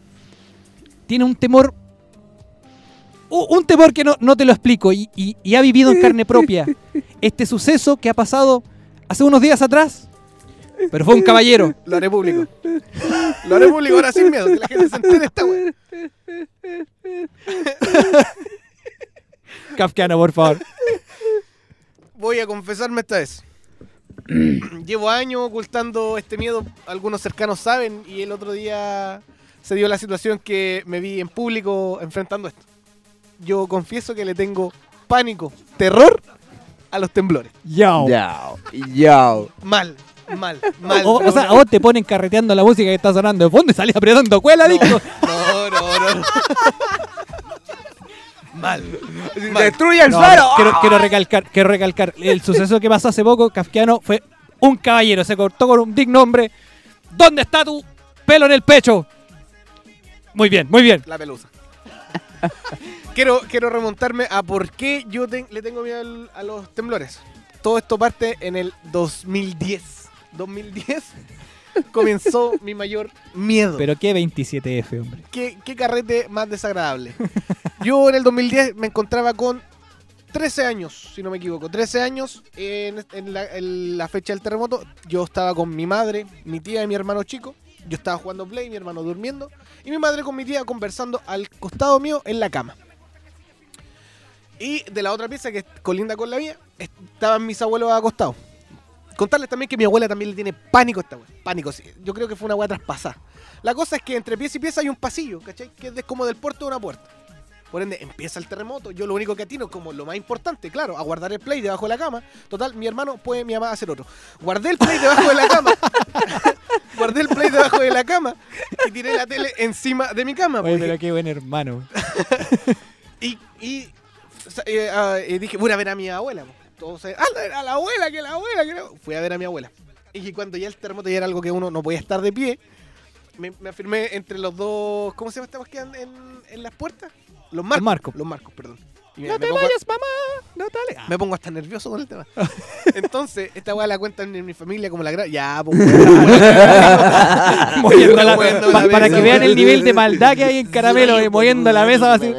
Speaker 3: tiene un temor. u- Un temor que no, no te lo explico y, y- y ha vivido en carne propia este suceso que ha pasado hace unos días atrás. Pero fue un caballero.
Speaker 1: Lo haré público. Lo haré público ahora sin miedo, que la gente se entere esta wea.
Speaker 3: Kafkiano, por favor.
Speaker 1: Voy a confesarme esta vez. Llevo años ocultando este miedo, algunos cercanos saben, y el otro día se dio la situación que me vi en público enfrentando esto. Yo confieso que le tengo pánico, terror a los temblores.
Speaker 3: Yao.
Speaker 2: Yao. Yao.
Speaker 1: Mal, mal, mal.
Speaker 3: O, o sea, a vos te ponen carreteando la música que está sonando de fondo y salís apretando cuela,
Speaker 1: no,
Speaker 3: dijo.
Speaker 1: no, no, no, no. Mal, mal.
Speaker 2: ¡Destruye el Ah.
Speaker 3: No,
Speaker 2: faro!
Speaker 3: quiero, quiero recalcar, quiero recalcar. El suceso que pasó hace poco, Kafkiano, fue un caballero. Se cortó con un digno hombre. ¿Dónde está tu pelo en el pecho? Muy bien, muy bien.
Speaker 1: La pelusa. quiero, quiero remontarme a por qué yo ten- le tengo miedo al- a los temblores. Todo esto parte en el 2010. 2010 comenzó mi mayor miedo.
Speaker 3: Pero qué 27F, hombre.
Speaker 1: ¿Qué, qué carrete más desagradable. Yo en el 2010 me encontraba con 13 años, si no me equivoco. 13 años en, en la, en la fecha del terremoto. Yo estaba con mi madre, mi tía y mi hermano chico. Yo estaba jugando play, mi hermano durmiendo. Y mi madre con mi tía conversando al costado mío en la cama. Y de la otra pieza que colinda con la mía, estaban mis abuelos acostados. Contarles también que mi abuela también le tiene pánico a esta wea. Pánico, sí. Yo creo que fue una wea traspasada. La cosa es que entre pieza y pieza hay un pasillo, ¿cachai? Que es de- como del puerto de una puerta. Por ende, empieza el terremoto. Yo lo único que atino, como lo más importante, claro, a guardar el play debajo de la cama. Total, mi hermano puede mi mamá hacer otro. Guardé el play debajo de la cama. guardé el play debajo de la cama. Y tiré la tele encima de mi cama.
Speaker 3: Oye,
Speaker 1: porque-
Speaker 3: pero qué buen hermano.
Speaker 1: y, y, o sea, eh, ah, eh, dije, voy a ver a mi abuela. po. Entonces, a la, a la abuela, que la abuela, que la abuela". Fui a ver a mi abuela. Y que cuando ya el terremoto ya era algo que uno no podía estar de pie, me, me afirmé entre los dos, ¿cómo se llama esta cosa que dan en, en las puertas? Los marcos.
Speaker 3: marcos.
Speaker 1: Los marcos, perdón. Y me-
Speaker 3: No
Speaker 1: me
Speaker 3: te
Speaker 1: pongo a-
Speaker 3: vayas, mamá. No te ale-
Speaker 1: me pongo hasta nervioso con el tema. Entonces, esta weá la cuentan en mi familia como la gran. Ya, pues. weá.
Speaker 3: Moviendo la-
Speaker 1: Moviendo la
Speaker 3: pa- para
Speaker 1: mesa,
Speaker 3: que vean el
Speaker 1: weá.
Speaker 3: nivel de maldad que hay en Caramelo, eh, moviendo la mesa. así.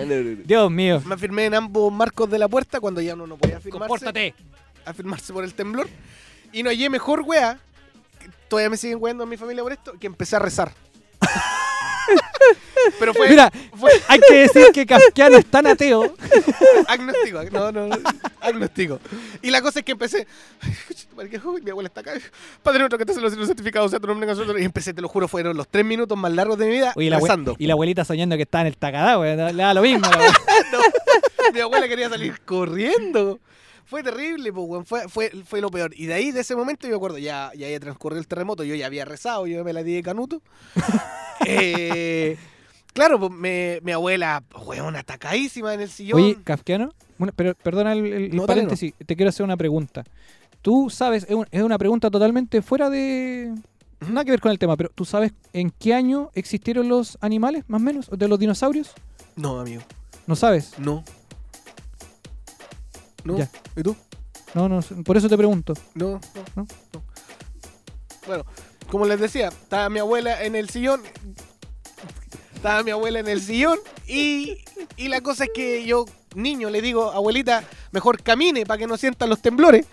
Speaker 3: Dios mío.
Speaker 1: Me afirmé en ambos marcos de la puerta cuando ya uno no podía afirmarse.
Speaker 3: Compórtate.
Speaker 1: afirmarse por el temblor. Y no hallé mejor wea, que todavía me siguen weando en mi familia por esto, que empecé a rezar. Pero fue,
Speaker 3: Mira.
Speaker 1: fue
Speaker 3: Hay que decir que Kafkiano es tan ateo
Speaker 1: agnóstico, ag- no, no, no, agnóstico. Y la cosa es que empecé, "Ay, chucha, madre, que- uy, mi abuela está acá, padre nuestro que estás en los cielos certificados, sea tu nombre en el cielo". y empecé, te lo juro, fueron los tres minutos más largos de mi vida
Speaker 3: Oye, la abue-
Speaker 1: rezando.
Speaker 3: y la abuelita soñando que está en el tacadá, güey, Le da lo mismo. la abue-
Speaker 1: No, mi abuela quería salir corriendo. Fue terrible, po, weón, Fue, fue, fue lo peor. Y de ahí, de ese momento, yo me acuerdo, ya, ya había transcurrido el terremoto, yo ya había rezado, yo me la di de canuto. Eh, claro, pues, me- mi abuela, weón, atacadísima en el sillón.
Speaker 3: Oye, Kafkiano, una- pero perdona el, el- el
Speaker 1: No, dale,
Speaker 3: paréntesis, te quiero hacer una pregunta. Tú sabes, es, un- es una pregunta totalmente fuera de... Nada que ver con el tema, pero ¿tú sabes en qué año existieron los animales, más o menos, de los dinosaurios?
Speaker 1: No, amigo,
Speaker 3: No sabes.
Speaker 1: no. No.
Speaker 3: Ya.
Speaker 1: ¿Y tú?
Speaker 3: No, no, sé, por eso te pregunto.
Speaker 1: No, no,
Speaker 3: ¿No?
Speaker 1: no. Bueno, como les decía, estaba mi abuela en el sillón. Estaba mi abuela en el sillón. Y, y la cosa es que yo, niño, le digo, abuelita, mejor camine para que no sientan los temblores.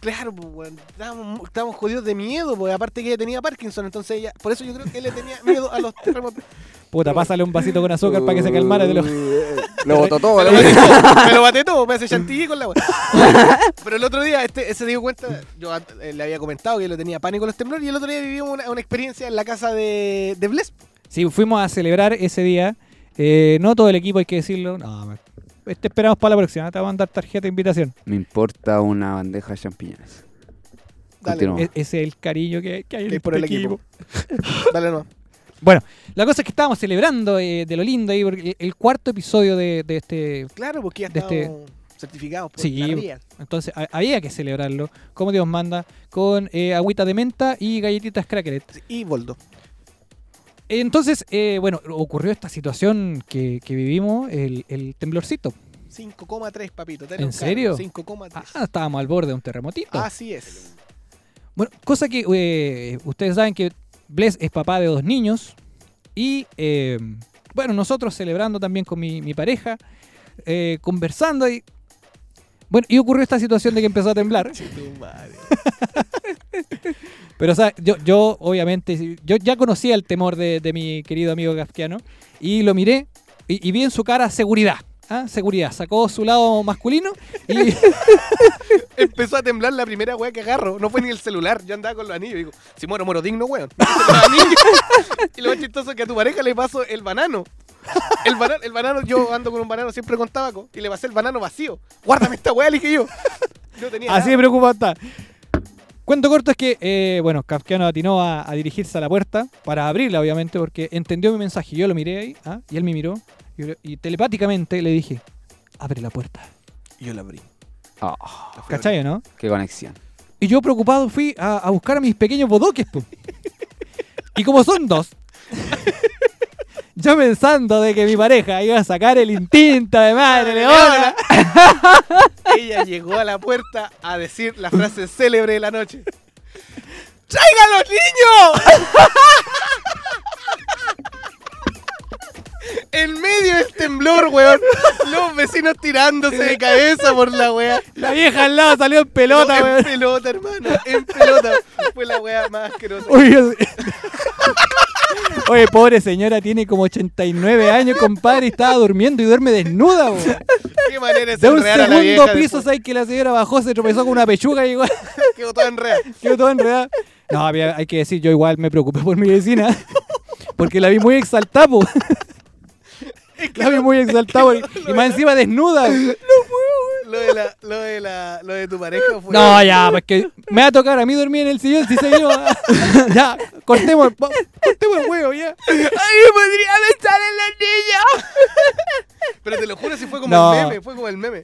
Speaker 1: Claro, pues, weón, estábamos, estábamos jodidos de miedo, porque aparte que ella tenía Parkinson, entonces ella, por eso yo creo que él le tenía miedo a los terremotos.
Speaker 3: Puta, pásale un vasito con azúcar para que se calmara. te lo-
Speaker 2: Lo botó todo,
Speaker 1: Me lo
Speaker 2: la
Speaker 1: maté
Speaker 2: wea.
Speaker 1: todo, me lo maté todo, me hace chantilly con la weá. Pero el otro día, este, se dio cuenta, yo an- eh, le había comentado que lo tenía pánico a los temblores, y el otro día vivimos una, una experiencia en la casa de, de Bless.
Speaker 3: Sí, fuimos a celebrar ese día. Eh, no todo el equipo, hay que decirlo. No, me- este esperamos para la próxima. Te van a dar tarjeta de invitación.
Speaker 2: Me importa una bandeja de champiñones.
Speaker 1: Dale,
Speaker 2: Continúa.
Speaker 3: E- ese es el cariño que, que hay en
Speaker 1: que es por el
Speaker 3: este
Speaker 1: equipo. Dale nomás.
Speaker 3: Bueno, la cosa es que estábamos celebrando eh, de lo lindo ahí, porque el cuarto episodio de, de este.
Speaker 1: Claro, porque ya
Speaker 3: De este-
Speaker 1: estamos certificados por
Speaker 3: Sí,
Speaker 1: la RIA.
Speaker 3: Entonces ha- había que celebrarlo, como Dios manda, con eh, agüita de menta y galletitas crackeret.
Speaker 1: Y Boldo.
Speaker 3: Entonces, eh, bueno, ocurrió esta situación que, que vivimos, el, el temblorcito.
Speaker 1: 5,3, papito. ten
Speaker 3: ¿En
Speaker 1: un cargo,
Speaker 3: serio?
Speaker 1: 5,3.
Speaker 3: Ah, estábamos al borde de un terremotito.
Speaker 1: Así es.
Speaker 3: Bueno, cosa que eh, ustedes saben que Bless es papá de dos niños y eh, bueno, nosotros celebrando también con mi, mi pareja, eh, conversando y bueno, y ocurrió esta situación de que empezó a temblar. Pero o sea, yo, yo obviamente, sí, yo ya conocía el temor de, de mi querido amigo Kafkiano y lo miré y, y vi en su cara seguridad. ¿ah? Seguridad, sacó su lado masculino y...
Speaker 1: Empezó a temblar la primera weá que agarro. No fue ni el celular. Yo andaba con los anillos. y Digo, si muero, muero digno, weón. Me puse los anillos. y lo más chistoso es que a tu pareja le paso el banano. El banano, el banano, yo ando con un banano siempre con tabaco. Y le pasé el banano vacío. Guárdame esta weá, le dije yo. No tenía
Speaker 3: Así de
Speaker 1: nada.
Speaker 3: preocupado está. Cuento corto es que, eh, bueno, Kafkiano atinó a, a dirigirse a la puerta para abrirla, obviamente, porque entendió mi mensaje. Yo lo miré ahí, ¿ah? y él me miró, y, yo le- y telepáticamente le dije, abre la puerta.
Speaker 1: Yo la abrí.
Speaker 2: Ah,
Speaker 3: ¿Cachai, o no?
Speaker 2: qué conexión.
Speaker 3: Y yo preocupado fui a, a buscar a mis pequeños bodoques, po. Y como son dos, yo pensando de que mi pareja iba a sacar el instinto de madre leona.
Speaker 1: Ella llegó a la puerta a decir la frase célebre de la noche. ¡Traigan los niños! En medio del temblor, weón. Los vecinos tirándose de cabeza por la wea.
Speaker 3: La vieja al lado salió en pelota,
Speaker 1: en
Speaker 3: weón.
Speaker 1: pelota, hermano. En pelota. Fue la wea más asquerosa.
Speaker 3: Uy, yo- Oye, pobre señora, tiene como 89 años, compadre, y estaba durmiendo y duerme desnuda, bo.
Speaker 1: Qué manera de
Speaker 3: De un
Speaker 1: enredar a la vieja.
Speaker 3: segundo piso,
Speaker 1: después.
Speaker 3: ¿sabes que la señora bajó, se tropezó con una pechuga y igual
Speaker 1: Quedó toda enredada.
Speaker 3: quedó toda enredada? No, había- hay que decir, yo igual me preocupé por mi vecina, porque la vi muy exaltada, po. La vi muy exaltada, po, y, y más encima desnuda.
Speaker 1: Lo de, la, lo, de la, lo de tu pareja fue.
Speaker 3: No, ya, porque me va a tocar a mí dormir en el sillón si se yo. Ya, cortemos, el- cortemos el huevo, ya.
Speaker 1: Pero te lo juro, si fue como
Speaker 3: No.
Speaker 1: el meme, fue como el meme.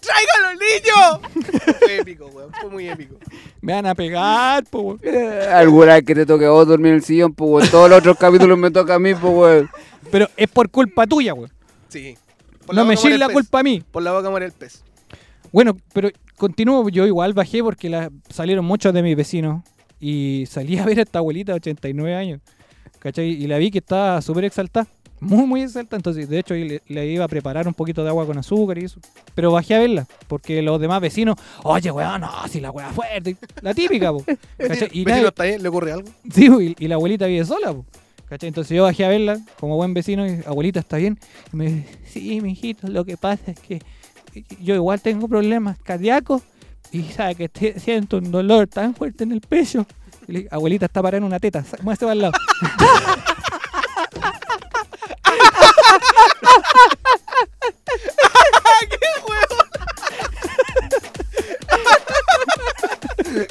Speaker 1: ¡Traigan los niños! fue épico, weón, fue muy épico.
Speaker 3: Me van a pegar, po. weón.
Speaker 2: Eh, Alguna vez que te toque a vos dormir en el sillón, pues weón. Todos los otros capítulos me toca a mí, pues weón.
Speaker 3: Pero es por culpa tuya, weón.
Speaker 1: Sí. Por boca
Speaker 3: No me
Speaker 1: muere
Speaker 3: eches
Speaker 1: el
Speaker 3: la
Speaker 1: pez.
Speaker 3: culpa a mí.
Speaker 1: Por la boca muere el pez.
Speaker 3: Bueno, pero continúo, yo igual bajé porque la- salieron muchos de mis vecinos y salí a ver a esta abuelita de 89 años. ¿Cachai? Y la vi que estaba súper exaltada. Muy, muy exaltada. Entonces, de hecho, y le, le iba a preparar un poquito de agua con azúcar y eso. Pero bajé a verla porque los demás vecinos, oye, weón, no, si la weá es fuerte. La típica, po. ¿Cachai? Y
Speaker 1: Vecino,
Speaker 3: nadie-
Speaker 1: ¿está bien? ¿Le ocurre algo?
Speaker 3: Sí, bo, y, y la abuelita vive sola, bo. ¿Cachai? Entonces yo bajé a verla como buen vecino y abuelita está bien. Y me dice, sí, mijito, lo que pasa es que yo igual tengo problemas cardíacos y sabe que te- siento un dolor tan fuerte en el pecho. Y le digo, abuelita está parada en una teta, sa- muévase para el lado.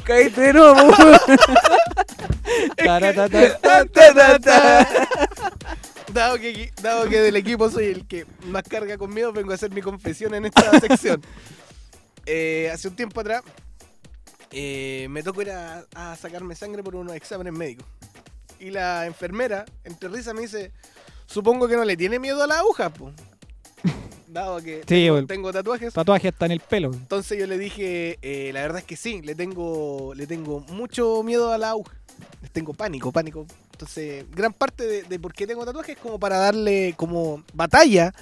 Speaker 2: Caíste de nuevo, pues, weón.
Speaker 3: Taratata.
Speaker 1: Dado que, dado que del equipo soy el que más carga con miedo, vengo a hacer mi confesión en esta sección. Eh, hace un tiempo atrás eh, me tocó ir a, a sacarme sangre por unos exámenes médicos. Y la enfermera, entre risas, me dice: Supongo que no le tiene miedo a la aguja, po". Dado que
Speaker 3: Sí, bo, el
Speaker 1: tengo tatuajes.
Speaker 3: tatuaje está en el pelo.
Speaker 1: Entonces yo le dije, eh, la verdad es que sí, le tengo, le tengo mucho miedo a la aguja. Les tengo pánico, pánico. Entonces, gran parte de, de por qué tengo tatuajes es como para darle como batalla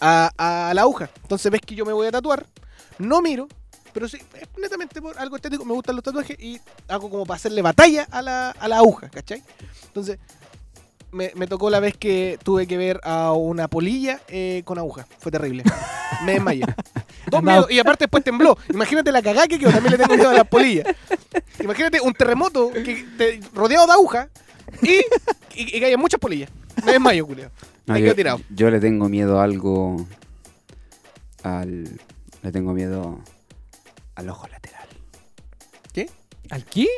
Speaker 1: a, a la aguja. Entonces ves que yo me voy a tatuar, No miro, pero sí, es netamente por algo estético, me gustan los tatuajes y hago como para hacerle batalla a la, a la aguja, ¿cachai? Entonces, me, me tocó la vez que tuve que ver a una polilla eh, con aguja. Fue terrible. Me desmayé. Dos
Speaker 3: Andaba-
Speaker 1: miedos, y aparte después tembló. Imagínate la cagada que quedó, también le tengo miedo a las polillas. Imagínate un terremoto que te, rodeado de agujas y, y, y que haya muchas polillas. Me desmayo, Julio.
Speaker 2: No,
Speaker 1: me
Speaker 2: yo,
Speaker 1: quedo tirado.
Speaker 2: yo le tengo miedo a algo. Al. Le tengo miedo al ojo lateral.
Speaker 3: ¿Al qué?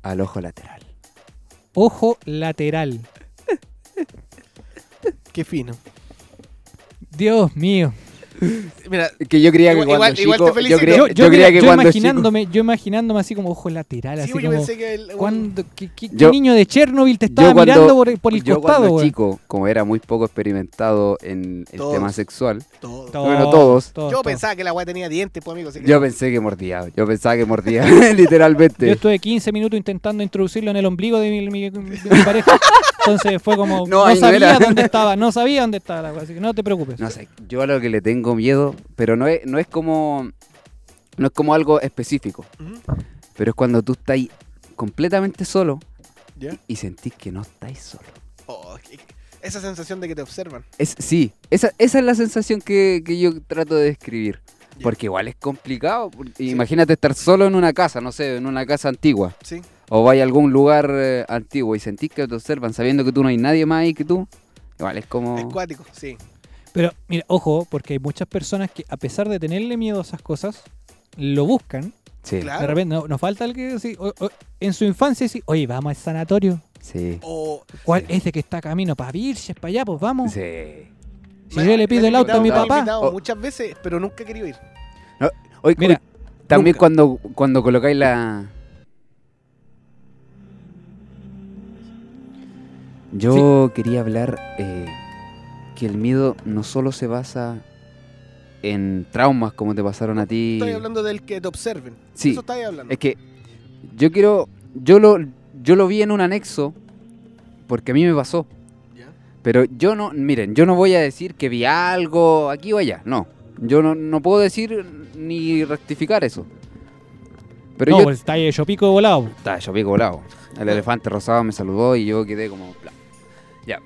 Speaker 2: Al ojo lateral.
Speaker 3: Ojo lateral.
Speaker 1: Qué fino.
Speaker 3: Dios mío.
Speaker 1: Mira,
Speaker 2: Que yo creía que
Speaker 1: Igual-
Speaker 2: cuando
Speaker 1: igual- igual
Speaker 2: chico-
Speaker 1: te
Speaker 2: yo,
Speaker 1: felicito.
Speaker 2: creía,
Speaker 3: Yo,
Speaker 2: yo
Speaker 3: yo,
Speaker 2: creía
Speaker 3: mira,
Speaker 2: que
Speaker 3: yo
Speaker 2: cuando chico-
Speaker 3: imaginándome, yo imaginándome así como ojo lateral, así
Speaker 1: sí, yo
Speaker 3: como
Speaker 1: pensé que el, un-
Speaker 3: ¿cuándo- qué, qué- qué
Speaker 2: Eh, Yo-
Speaker 3: niño de Chernobyl
Speaker 2: yo
Speaker 3: te estaba
Speaker 2: cuando-
Speaker 3: mirando por, por el
Speaker 2: yo
Speaker 3: costado,
Speaker 2: cuando
Speaker 3: güey?
Speaker 2: chico, como era muy poco experimentado en el
Speaker 1: Todos.
Speaker 2: tema sexual,
Speaker 1: todo.
Speaker 2: Bueno, todos.
Speaker 3: todos,
Speaker 1: Yo
Speaker 3: todos.
Speaker 1: pensaba que la weá tenía dientes, pues amigo. así que-
Speaker 2: yo pensé que mordía. Yo pensaba que mordía, literalmente.
Speaker 3: Yo estuve 15 minutos intentando introducirlo en el ombligo de mi, mi- de mi pareja. Entonces fue como,
Speaker 2: No,
Speaker 3: no,
Speaker 2: ahí no
Speaker 3: sabía
Speaker 2: era.
Speaker 3: dónde estaba, no sabía dónde estaba la weá, así que no te preocupes.
Speaker 2: No sé, yo a lo que le tengo miedo, pero no es, no es como no es como algo específico,
Speaker 1: Ujú.
Speaker 2: pero es cuando tú estás completamente solo
Speaker 1: ¿Ya?
Speaker 2: y sentís que no estáis solo.
Speaker 1: Oh, que- que- esa sensación de que te observan.
Speaker 2: Es, sí, esa, esa es la sensación que, que yo trato de describir.
Speaker 1: Ya.
Speaker 2: Porque igual es complicado. porque Imagínate estar solo en una casa, no sé, en una casa antigua.
Speaker 1: Sí.
Speaker 2: O vais a algún lugar eh, antiguo y sentís que te observan sabiendo que tú no hay nadie más ahí que tú. Igual es como...
Speaker 1: Es cuático, sí.
Speaker 3: Pero mira, ojo, porque hay muchas personas que a pesar de tenerle miedo a esas cosas, lo buscan.
Speaker 2: Sí,
Speaker 3: De
Speaker 1: Claro.
Speaker 3: repente no- nos falta el que sí, o- o- en su infancia sí, oye, vamos al sanatorio.
Speaker 2: sí,
Speaker 1: O
Speaker 3: ¿Cuál es de que está camino para Virges, para allá? Pues
Speaker 1: Oh.
Speaker 3: vamos.
Speaker 2: sí.
Speaker 3: Si yo le pido
Speaker 1: me
Speaker 3: el
Speaker 1: han
Speaker 3: auto a mi
Speaker 1: invitado- me han
Speaker 3: papá.
Speaker 1: invitado
Speaker 2: Oh.
Speaker 1: Muchas veces, pero nunca he querido ir.
Speaker 2: Hoy,
Speaker 3: Mira,
Speaker 2: También
Speaker 1: Nunca.
Speaker 2: cuando, cuando colocáis la. Yo quería hablar eh, que el miedo no solo se basa en traumas como te pasaron a ti.
Speaker 1: Estoy hablando del que te observen.
Speaker 2: Sí.
Speaker 1: Eso estáis hablando.
Speaker 2: Es que yo quiero. Yo lo, yo lo vi en un anexo porque a mí me pasó.
Speaker 1: Ya.
Speaker 2: Pero yo no. Miren, yo no voy a decir que vi algo aquí o allá. No. Yo no, no puedo decir ni rectificar eso. Pero
Speaker 3: no,
Speaker 2: yo
Speaker 3: pues está ahí yo pico de volado.
Speaker 2: Estaba yo pico volado. El elefante rosado me saludó y yo quedé como. bla. Ya.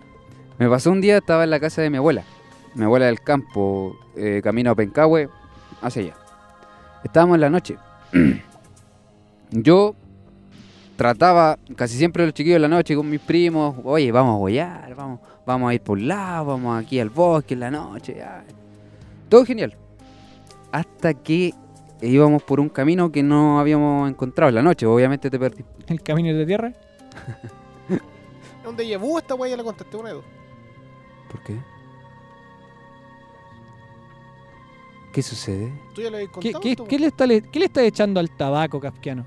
Speaker 2: Me pasó un día, estaba en la casa de mi abuela. Mi abuela del campo, eh, camino a Pencahue, hacia allá. Estábamos en la noche. yo trataba, casi siempre los chiquillos en la noche con mis primos, oye, vamos a boyar, vamos, vamos a ir por un lado, vamos aquí al bosque en la noche. ya". Todo genial. Hasta que e íbamos por un camino que no habíamos encontrado en la noche. Obviamente te perdí.
Speaker 3: El camino de tierra.
Speaker 1: Es un déjà vu esta weá, ya la contaste una vez.
Speaker 2: ¿Por qué? ¿Qué sucede?
Speaker 1: Tú ya lo habéis
Speaker 3: ¿Qué,
Speaker 1: contado.
Speaker 3: qué-
Speaker 1: tú?
Speaker 3: qué le está, le- qué le está echando al tabaco, Kafkiano?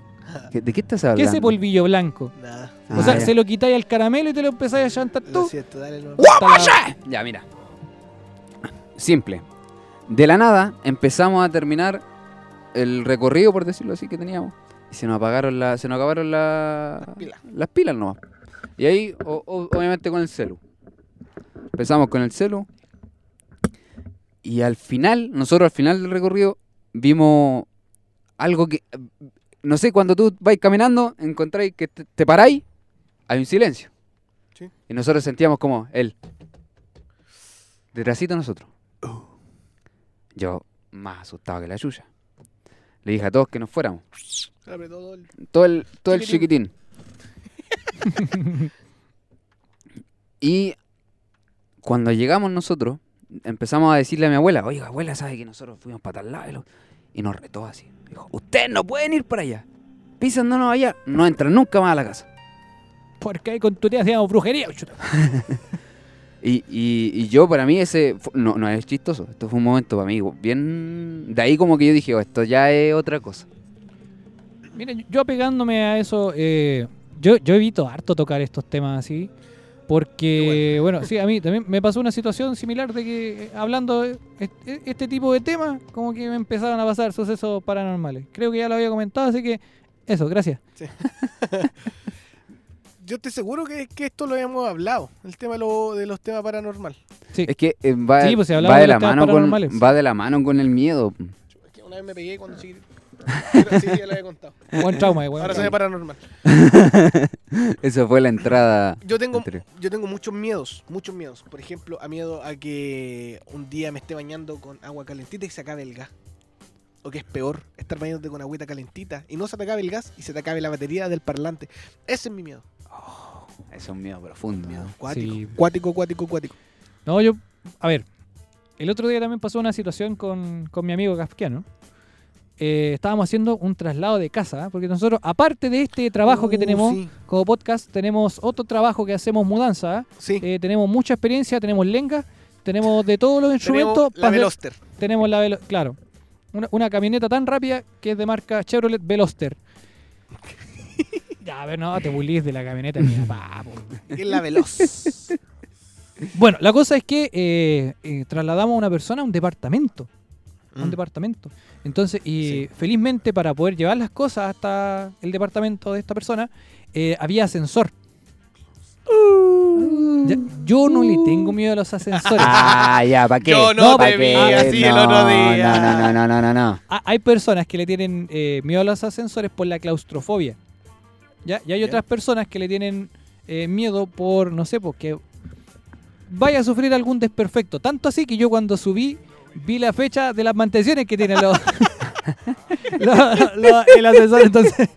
Speaker 2: ¿Qué- ¿De qué estás
Speaker 3: ¿Qué
Speaker 2: hablando?
Speaker 3: es ese polvillo blanco?
Speaker 1: Nada.
Speaker 3: O sea,
Speaker 2: Ah, ya.
Speaker 3: se lo quitáis al caramelo y te lo empezáis a llantar
Speaker 1: Lo
Speaker 3: tú.
Speaker 1: siento, dale nomás.
Speaker 3: Hasta la-
Speaker 2: Ya, mira. Simple. De la nada empezamos a terminar el recorrido, por decirlo así, que teníamos. Y se nos apagaron la, se nos acabaron la-
Speaker 1: Las pilas.
Speaker 2: las pilas nomás. Y ahí, o- o- obviamente, con el celu. Empezamos con el celu. Y al final, nosotros al final del recorrido, vimos algo que. No sé, cuando tú vais caminando, encontráis que te, te paráis, hay un silencio.
Speaker 1: Sí.
Speaker 2: Y nosotros sentíamos como él. Detrásito de nosotros. Yo, más asustado que la yuya. Le dije a todos que nos fuéramos.
Speaker 1: Abre todo el-
Speaker 2: Todo el, todo el
Speaker 1: Chiquitín.
Speaker 2: chiquitín. y cuando llegamos nosotros, empezamos a decirle a mi abuela, oiga, abuela, ¿sabe que nosotros fuimos para tal lado? y lo-". Y nos retó así. Dijo, ustedes no pueden ir para allá. Pisándonos allá, no entran nunca más a la casa.
Speaker 3: Porque ahí con tu tía hacíamos brujería. Chuta.
Speaker 2: Y, y- y yo, para mí, ese fu- no, no es chistoso. Esto fue un momento para mí bien... De ahí como que yo dije, "Oh, esto ya es otra cosa.
Speaker 3: Mira, yo- yo apegándome a eso, eh, yo, yo evito harto tocar estos temas así. Porque, bueno. sí, a mí también me pasó una situación similar de que eh, hablando de est- e- este tipo de temas, como que me empezaron a pasar sucesos paranormales. Creo que ya lo había comentado, así que eso, gracias.
Speaker 1: Yo estoy seguro que, que esto lo habíamos hablado. El tema lo- de los temas paranormal.
Speaker 3: Sí,
Speaker 2: Es que eh, va,
Speaker 3: Sí, pues, si
Speaker 2: va
Speaker 3: hablamos
Speaker 2: de
Speaker 3: de
Speaker 2: la
Speaker 3: los temas
Speaker 2: mano con,
Speaker 3: paranormales.
Speaker 2: va de la mano con el miedo.
Speaker 1: Es que Una vez me pegué cuando chiquitito. Pero sí, ya lo había contado.
Speaker 3: Buen trauma, eh, buen
Speaker 1: Ahora se
Speaker 3: trauma.
Speaker 1: me paranormal.
Speaker 2: Esa fue la entrada.
Speaker 1: Yo tengo,
Speaker 2: Entre-
Speaker 1: yo tengo muchos miedos, muchos miedos. Por ejemplo, a miedo a que un día me esté bañando con agua calentita y se acabe el gas. O que es peor, estar bañándote con agüita calentita y no se te acabe el gas y se te acabe la batería del parlante. Ese es mi miedo.
Speaker 2: Es un miedo profundo.
Speaker 1: Miedo.
Speaker 2: ¿no?
Speaker 1: Cuático,
Speaker 3: Sí.
Speaker 1: cuático, cuático, cuático.
Speaker 3: No, yo. A ver. El otro día también pasó una situación con, con mi amigo Kafkiano. Eh, estábamos haciendo un traslado de casa, ¿eh? porque nosotros, aparte de este trabajo que
Speaker 1: Uh,
Speaker 3: tenemos
Speaker 1: Sí,
Speaker 3: como podcast, tenemos otro trabajo que hacemos mudanza.
Speaker 1: sí.
Speaker 3: Eh, tenemos mucha experiencia, tenemos lenga, tenemos de todos los
Speaker 1: Tenemos
Speaker 3: instrumentos.
Speaker 1: la
Speaker 3: pa' hacer-
Speaker 1: Veloster.
Speaker 3: tenemos la Velo- claro. Una, una camioneta tan rápida que es de marca Chevrolet Veloster. ya, a ver, no, te bulís de la camioneta, de mi papá, po.
Speaker 1: Es la Veloz.
Speaker 3: Bueno, la cosa es que eh, eh, trasladamos a una persona a un departamento. a un
Speaker 1: Mm.
Speaker 3: departamento. Entonces, y
Speaker 1: Sí.
Speaker 3: felizmente para poder llevar las cosas hasta el departamento de esta persona, eh, había ascensor. Ya, yo no le tengo miedo a los ascensores.
Speaker 2: Ah, ya, ¿para qué?
Speaker 1: Yo no
Speaker 2: ¿Pa'
Speaker 1: te vi
Speaker 2: qué?
Speaker 1: así el otro día.
Speaker 2: No, no, no, no, no, no.
Speaker 3: Ah, Hay personas que le tienen eh, miedo a los ascensores por la claustrofobia. ¿ya? Y hay
Speaker 1: Ya.
Speaker 3: otras personas que le tienen eh, miedo por, no sé, porque vaya a sufrir algún desperfecto. Tanto así que yo cuando subí vi la fecha de las mantenciones que tienen los, los- los- el ascensor. Entonces,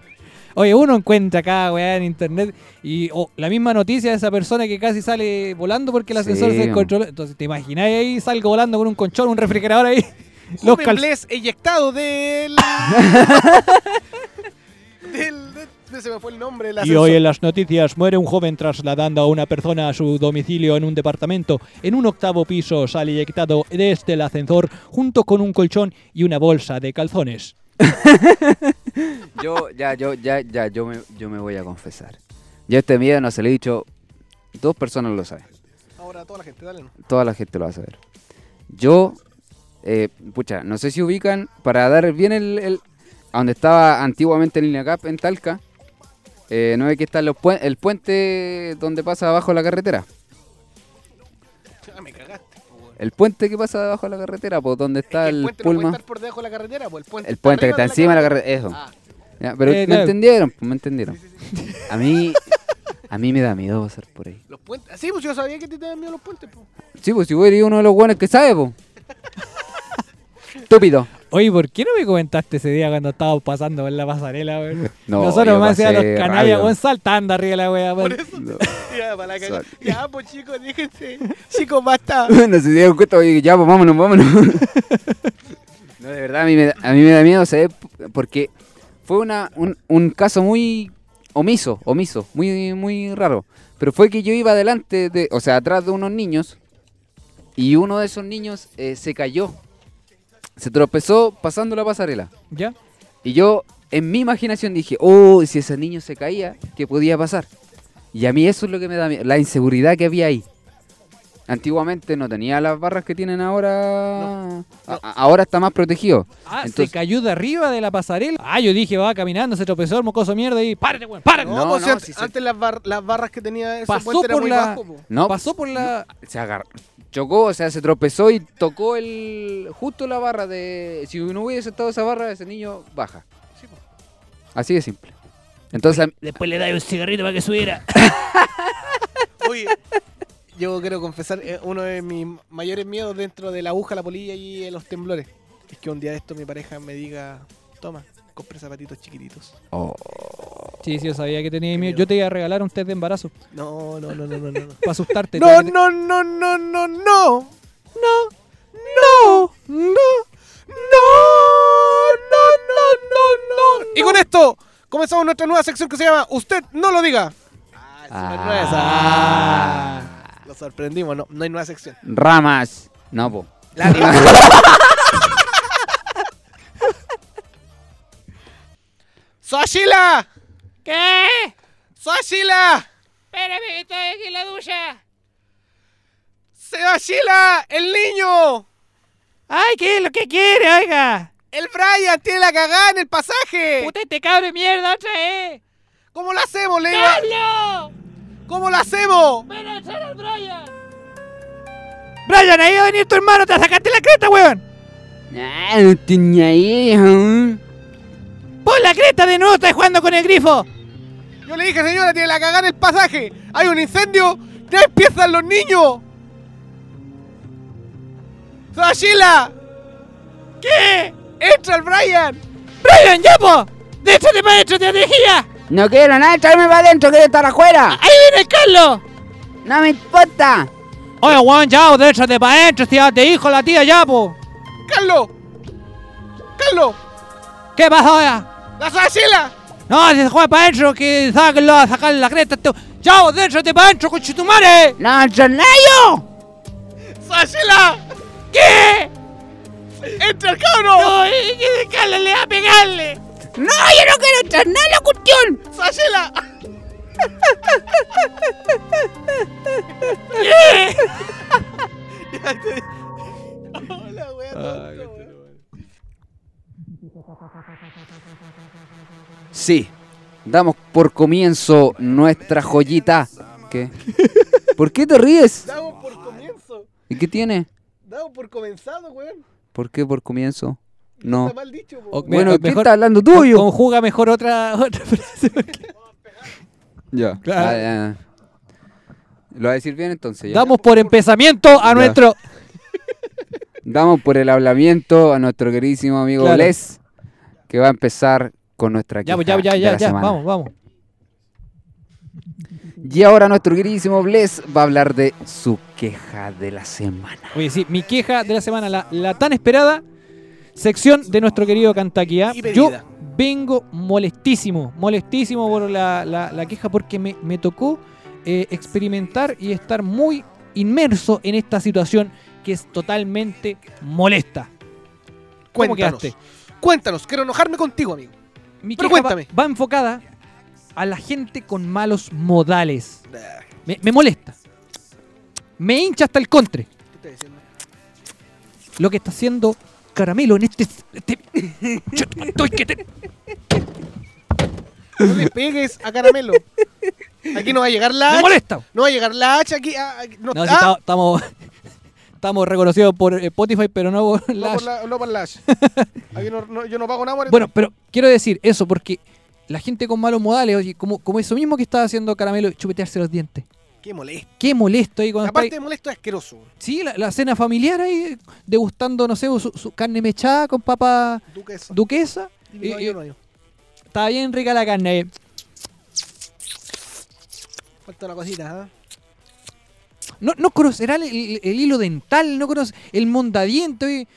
Speaker 3: oye, uno encuentra acá, weá, en internet y oh, la misma noticia de esa persona que casi sale volando porque el ascensor
Speaker 2: Sí,
Speaker 3: se
Speaker 2: man.
Speaker 3: descontroló. Entonces, ¿te imagináis ahí? Salgo volando con un conchón, un refrigerador ahí. Los
Speaker 1: Joven
Speaker 3: cal-
Speaker 1: Bless eyectado del... del... de- se me fue el nombre. del
Speaker 3: Y hoy
Speaker 1: ascensor.
Speaker 3: en las noticias muere un joven trasladando a una persona a su domicilio en un departamento. En un octavo piso sale eyectado desde el ascensor junto con un colchón y una bolsa de calzones.
Speaker 2: Yo, ya, yo, ya, ya, yo me, yo me voy a confesar. Yo este miedo no se lo he dicho. Dos personas lo saben.
Speaker 1: Ahora toda la gente, dale. no.
Speaker 2: Toda la gente lo va a saber. Yo, eh, pucha, no sé si ubican, para dar bien el. el- a donde estaba antiguamente el Cap en Talca. eh, no ve que está los puen- el puente donde pasa abajo la carretera.
Speaker 1: Ah, me cagaste. po, weón.
Speaker 2: El puente que pasa debajo de la carretera, por donde
Speaker 1: Es que
Speaker 2: está
Speaker 1: el
Speaker 2: el,
Speaker 1: puente no puede
Speaker 2: Pulma.
Speaker 1: estar por debajo de la carretera, pues el puente.
Speaker 2: el puente que está
Speaker 1: arriba
Speaker 2: encima de la carretera. Eso.
Speaker 1: Ah.
Speaker 2: Ya, pero
Speaker 3: Eh,
Speaker 2: me
Speaker 3: claro.
Speaker 2: entendieron, pues, me entendieron. A mí. A mí me da miedo pasar por ahí.
Speaker 1: Los puentes. Ah, Sí, pues yo sabía que te tenían miedo los puentes, pues.
Speaker 2: Sí, pues si vos eres uno de los buenos que sabe, po. Estúpido.
Speaker 3: Oye, ¿por qué no me comentaste ese día cuando estábamos pasando por la pasarela, weón?
Speaker 2: No,
Speaker 3: Nosotros
Speaker 2: yo
Speaker 3: más allá de
Speaker 2: pasé
Speaker 3: los canallas,
Speaker 2: rápido.
Speaker 3: weón, saltando arriba de la weá,
Speaker 1: Por
Speaker 3: weón.
Speaker 1: eso. Ya, para la cagada.
Speaker 2: Sorry.
Speaker 1: Ya, pues chicos, déjense. Chicos, basta.
Speaker 2: no se dieron cuenta, oye, ya, pues vámonos, vámonos. no, de verdad, a mí me da, a mí me da miedo, ¿sabes? Porque fue una, un, un caso muy omiso, omiso, muy, muy raro. Pero fue que yo iba adelante, de, o sea, atrás de unos niños, y uno de esos niños eh, se cayó. Se tropezó pasando la pasarela.
Speaker 3: ¿Ya?
Speaker 2: Y yo, en mi imaginación, dije, oh, si ese niño se caía, ¿qué podía pasar? Y a mí eso es lo que me da miedo, la inseguridad que había ahí. Antiguamente no tenía las barras que tienen ahora. A- a- ahora está más protegido.
Speaker 3: Ah,
Speaker 2: Entonces-
Speaker 3: se cayó de arriba de la pasarela. Ah, yo dije, va caminando, se tropezó el mocoso mierda y párate, weón, párate.
Speaker 1: No,
Speaker 2: No,
Speaker 1: pues
Speaker 2: no,
Speaker 1: antes,
Speaker 2: si se-
Speaker 1: antes las, bar- las barras que tenía ese
Speaker 3: Pasó
Speaker 1: puente era
Speaker 3: por
Speaker 1: muy
Speaker 3: la-
Speaker 1: bajo, po.
Speaker 2: No,
Speaker 3: Pasó por la...
Speaker 2: se agarró. Chocó, o sea, se tropezó y tocó el justo la barra de. Si no hubiese estado esa barra, ese niño baja. Así de simple. Entonces, a-
Speaker 3: Después le da un cigarrito para que subiera.
Speaker 1: Oye, yo quiero confesar eh, uno de mis mayores miedos dentro de la aguja, la polilla y eh, los temblores. Es que un día de esto mi pareja me diga, toma, compré zapatitos chiquititos.
Speaker 2: oh,
Speaker 3: Sí, sí, yo sabía que tenía miedo. Yo te iba a regalar un test de embarazo
Speaker 1: No, no, no, no, no, no.
Speaker 3: para asustarte.
Speaker 1: No, no, no, no, no, no. No, no, no, no, no, no, no, no. Y con esto comenzamos nuestra nueva sección que se llama Usted no lo diga. Ah, es una nueva esa. Ah, Lo sorprendimos, no, no hay nueva sección.
Speaker 2: ramas. No, po.
Speaker 1: ¡Soy Sheila! ¿Qué? ¡Soy Sheila!
Speaker 6: Espérame, estoy aquí en la ducha.
Speaker 1: ¡Se va Sheila! ¡El niño!
Speaker 3: ¡Ay, qué es lo que quiere, oiga!
Speaker 1: ¡El Brian tiene la cagada en el pasaje!
Speaker 6: Puta, este cabrón de mierda otra vez.
Speaker 1: ¿Cómo lo hacemos, Leo?
Speaker 6: ¡Carlos!
Speaker 1: ¿Cómo lo hacemos?
Speaker 6: ¡Ven a echar al Brian!
Speaker 3: ¡Brian, ahí va a venir tu hermano! ¡Te sacaste la creta, weón!
Speaker 2: Ah, no tenía ¿eh? hija.
Speaker 3: ¡Pon la creta de nuevo! ¡Estás jugando con el grifo!
Speaker 1: Yo le dije, señora, tiene la cagada en el pasaje. Hay un incendio. Ya empiezan los niños. ¡Sashila! ¿Qué? ¡Entra el Brian!
Speaker 3: ¡Brian, ya, po! ¡Déchate para adentro, te tejía!
Speaker 2: No quiero nada, echarme para adentro, quiero estar afuera.
Speaker 3: ¡Ahí viene el Carlos!
Speaker 2: No me importa.
Speaker 3: Oye, Juan, ya, po, déchate para adentro, tía, te dijo la tía, ya, po.
Speaker 1: ¡Carlos! ¡Carlos!
Speaker 3: ¿Qué pasa ahora?
Speaker 1: ¡La Sashila!
Speaker 3: No, si se juega para adentro, que sáquenlo a sacar la creta. tú. Ya, po, déchate para adentro, cochitumare.
Speaker 2: No, Jornayo.
Speaker 1: ¡Sashila!
Speaker 3: ¿Qué?
Speaker 1: ¡Entra el cabro!
Speaker 3: No, eh, que Carlos le va a pegarle.
Speaker 2: No, yo no quiero echar nada, la cuestión.
Speaker 1: ¡Sashila! Ya te- Hola, wea, tonto, wea.
Speaker 2: Sí, damos por comienzo nuestra joyita. ¿Qué? ¿Por qué te ríes?
Speaker 1: Damos por comienzo.
Speaker 2: ¿Y qué tiene?
Speaker 1: Damos por comenzado, weón.
Speaker 2: ¿Por qué por comienzo? No.
Speaker 1: Está mal dicho, po.
Speaker 3: O-
Speaker 2: Bueno,
Speaker 3: mejor-
Speaker 2: ¿qué estás hablando tú, yo?
Speaker 3: Conjuga mejor otra, otra frase.
Speaker 2: Ya.
Speaker 3: Claro.
Speaker 2: Ah, ya, ya. Lo va a decir bien entonces. ya.
Speaker 3: Damos por empezamiento a
Speaker 2: Ya.
Speaker 3: nuestro.
Speaker 2: Damos por el hablamiento a nuestro queridísimo amigo
Speaker 3: Claro.
Speaker 2: Les, que va a empezar con nuestra queja
Speaker 3: Ya, pues, ya, ya,
Speaker 2: de
Speaker 3: ya,
Speaker 2: la
Speaker 3: ya.
Speaker 2: semana.
Speaker 3: Vamos, vamos.
Speaker 2: Y ahora nuestro queridísimo Bless va a hablar de su queja de la semana.
Speaker 3: Oye, sí, mi queja de la semana, la, la tan esperada sección de nuestro querido Cantaquia.
Speaker 1: Y pedida.
Speaker 3: Yo vengo molestísimo, molestísimo por la, la- la queja porque me, me tocó eh, experimentar y estar muy inmerso en esta situación que es totalmente molesta. ¿Cómo
Speaker 1: Cuéntanos.
Speaker 3: quedaste?
Speaker 1: Cuéntanos, quiero enojarme contigo, amigo.
Speaker 3: Mi
Speaker 1: Pero
Speaker 3: queja va-
Speaker 1: cuéntame.
Speaker 3: Va, enfocada a la gente con malos modales. Me, me molesta. Me hincha hasta el contre.
Speaker 1: ¿Qué estás diciendo?
Speaker 3: Lo que está haciendo Caramelo en este... este- Yo te mato y que te-
Speaker 1: No le pegues a caramelo. Aquí no va a llegar la
Speaker 3: Me
Speaker 1: hacha.
Speaker 3: molesta.
Speaker 1: No va a llegar la hacha aquí. ah, aquí- no,
Speaker 3: No, sí,
Speaker 1: ah,
Speaker 3: estamos- estamos, estamos reconocidos por eh, Spotify, pero no por
Speaker 1: no
Speaker 3: la-
Speaker 1: por la- no por la hacha. Aquí no- no- yo no pago nada por
Speaker 3: Bueno, pero quiero decir eso porque la gente con malos modales, oye, como, como eso mismo que estaba haciendo Caramelo, chupetearse los dientes.
Speaker 1: Qué molesto.
Speaker 3: Qué molesto ahí cuando está
Speaker 1: Aparte
Speaker 3: ahí-
Speaker 1: de molesto, es asqueroso.
Speaker 3: Sí, la, la cena familiar ahí, degustando, no sé, su, su carne mechada con papa
Speaker 1: Duquesa.
Speaker 3: duquesa.
Speaker 1: Dime, no,
Speaker 3: y-
Speaker 1: yo
Speaker 3: y-
Speaker 1: no, yo.
Speaker 3: Estaba bien rica la carne Eh, ahí.
Speaker 1: Falta una cosita, ¿ah?
Speaker 3: No, no conocerá el, el- el hilo dental, no conoce el mondadiente. oye.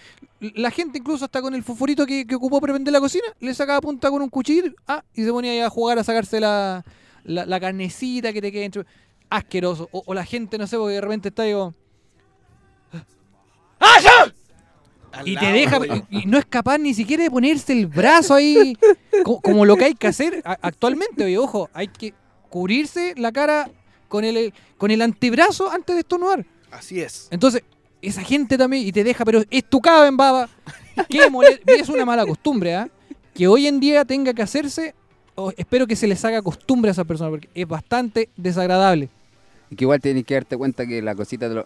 Speaker 3: La gente incluso hasta con el fosforito que, que ocupó para vender la cocina, le sacaba punta con un cuchillo ah, y se ponía ahí a jugar a sacarse la, la, la carnecita que te queda dentro. Asqueroso. O, o la gente, no sé, porque de repente está digo, ¡Ah, ya!
Speaker 1: Al
Speaker 3: Y te
Speaker 1: lado,
Speaker 3: deja,
Speaker 1: güey.
Speaker 3: y, y no es capaz ni siquiera de ponerse el brazo ahí, co- como, lo que hay que hacer a- actualmente, oye, ojo, hay que cubrirse la cara con el, con el antebrazo antes de estornudar.
Speaker 1: Así es.
Speaker 3: Entonces, esa gente también, y te deja, pero estucado en baba. Qué mole- y es una mala costumbre, ¿ah? Que hoy en día tenga que hacerse, o espero que se les haga costumbre a esa persona, porque es bastante desagradable.
Speaker 2: Y que igual tienes que darte cuenta que la cosita de lo...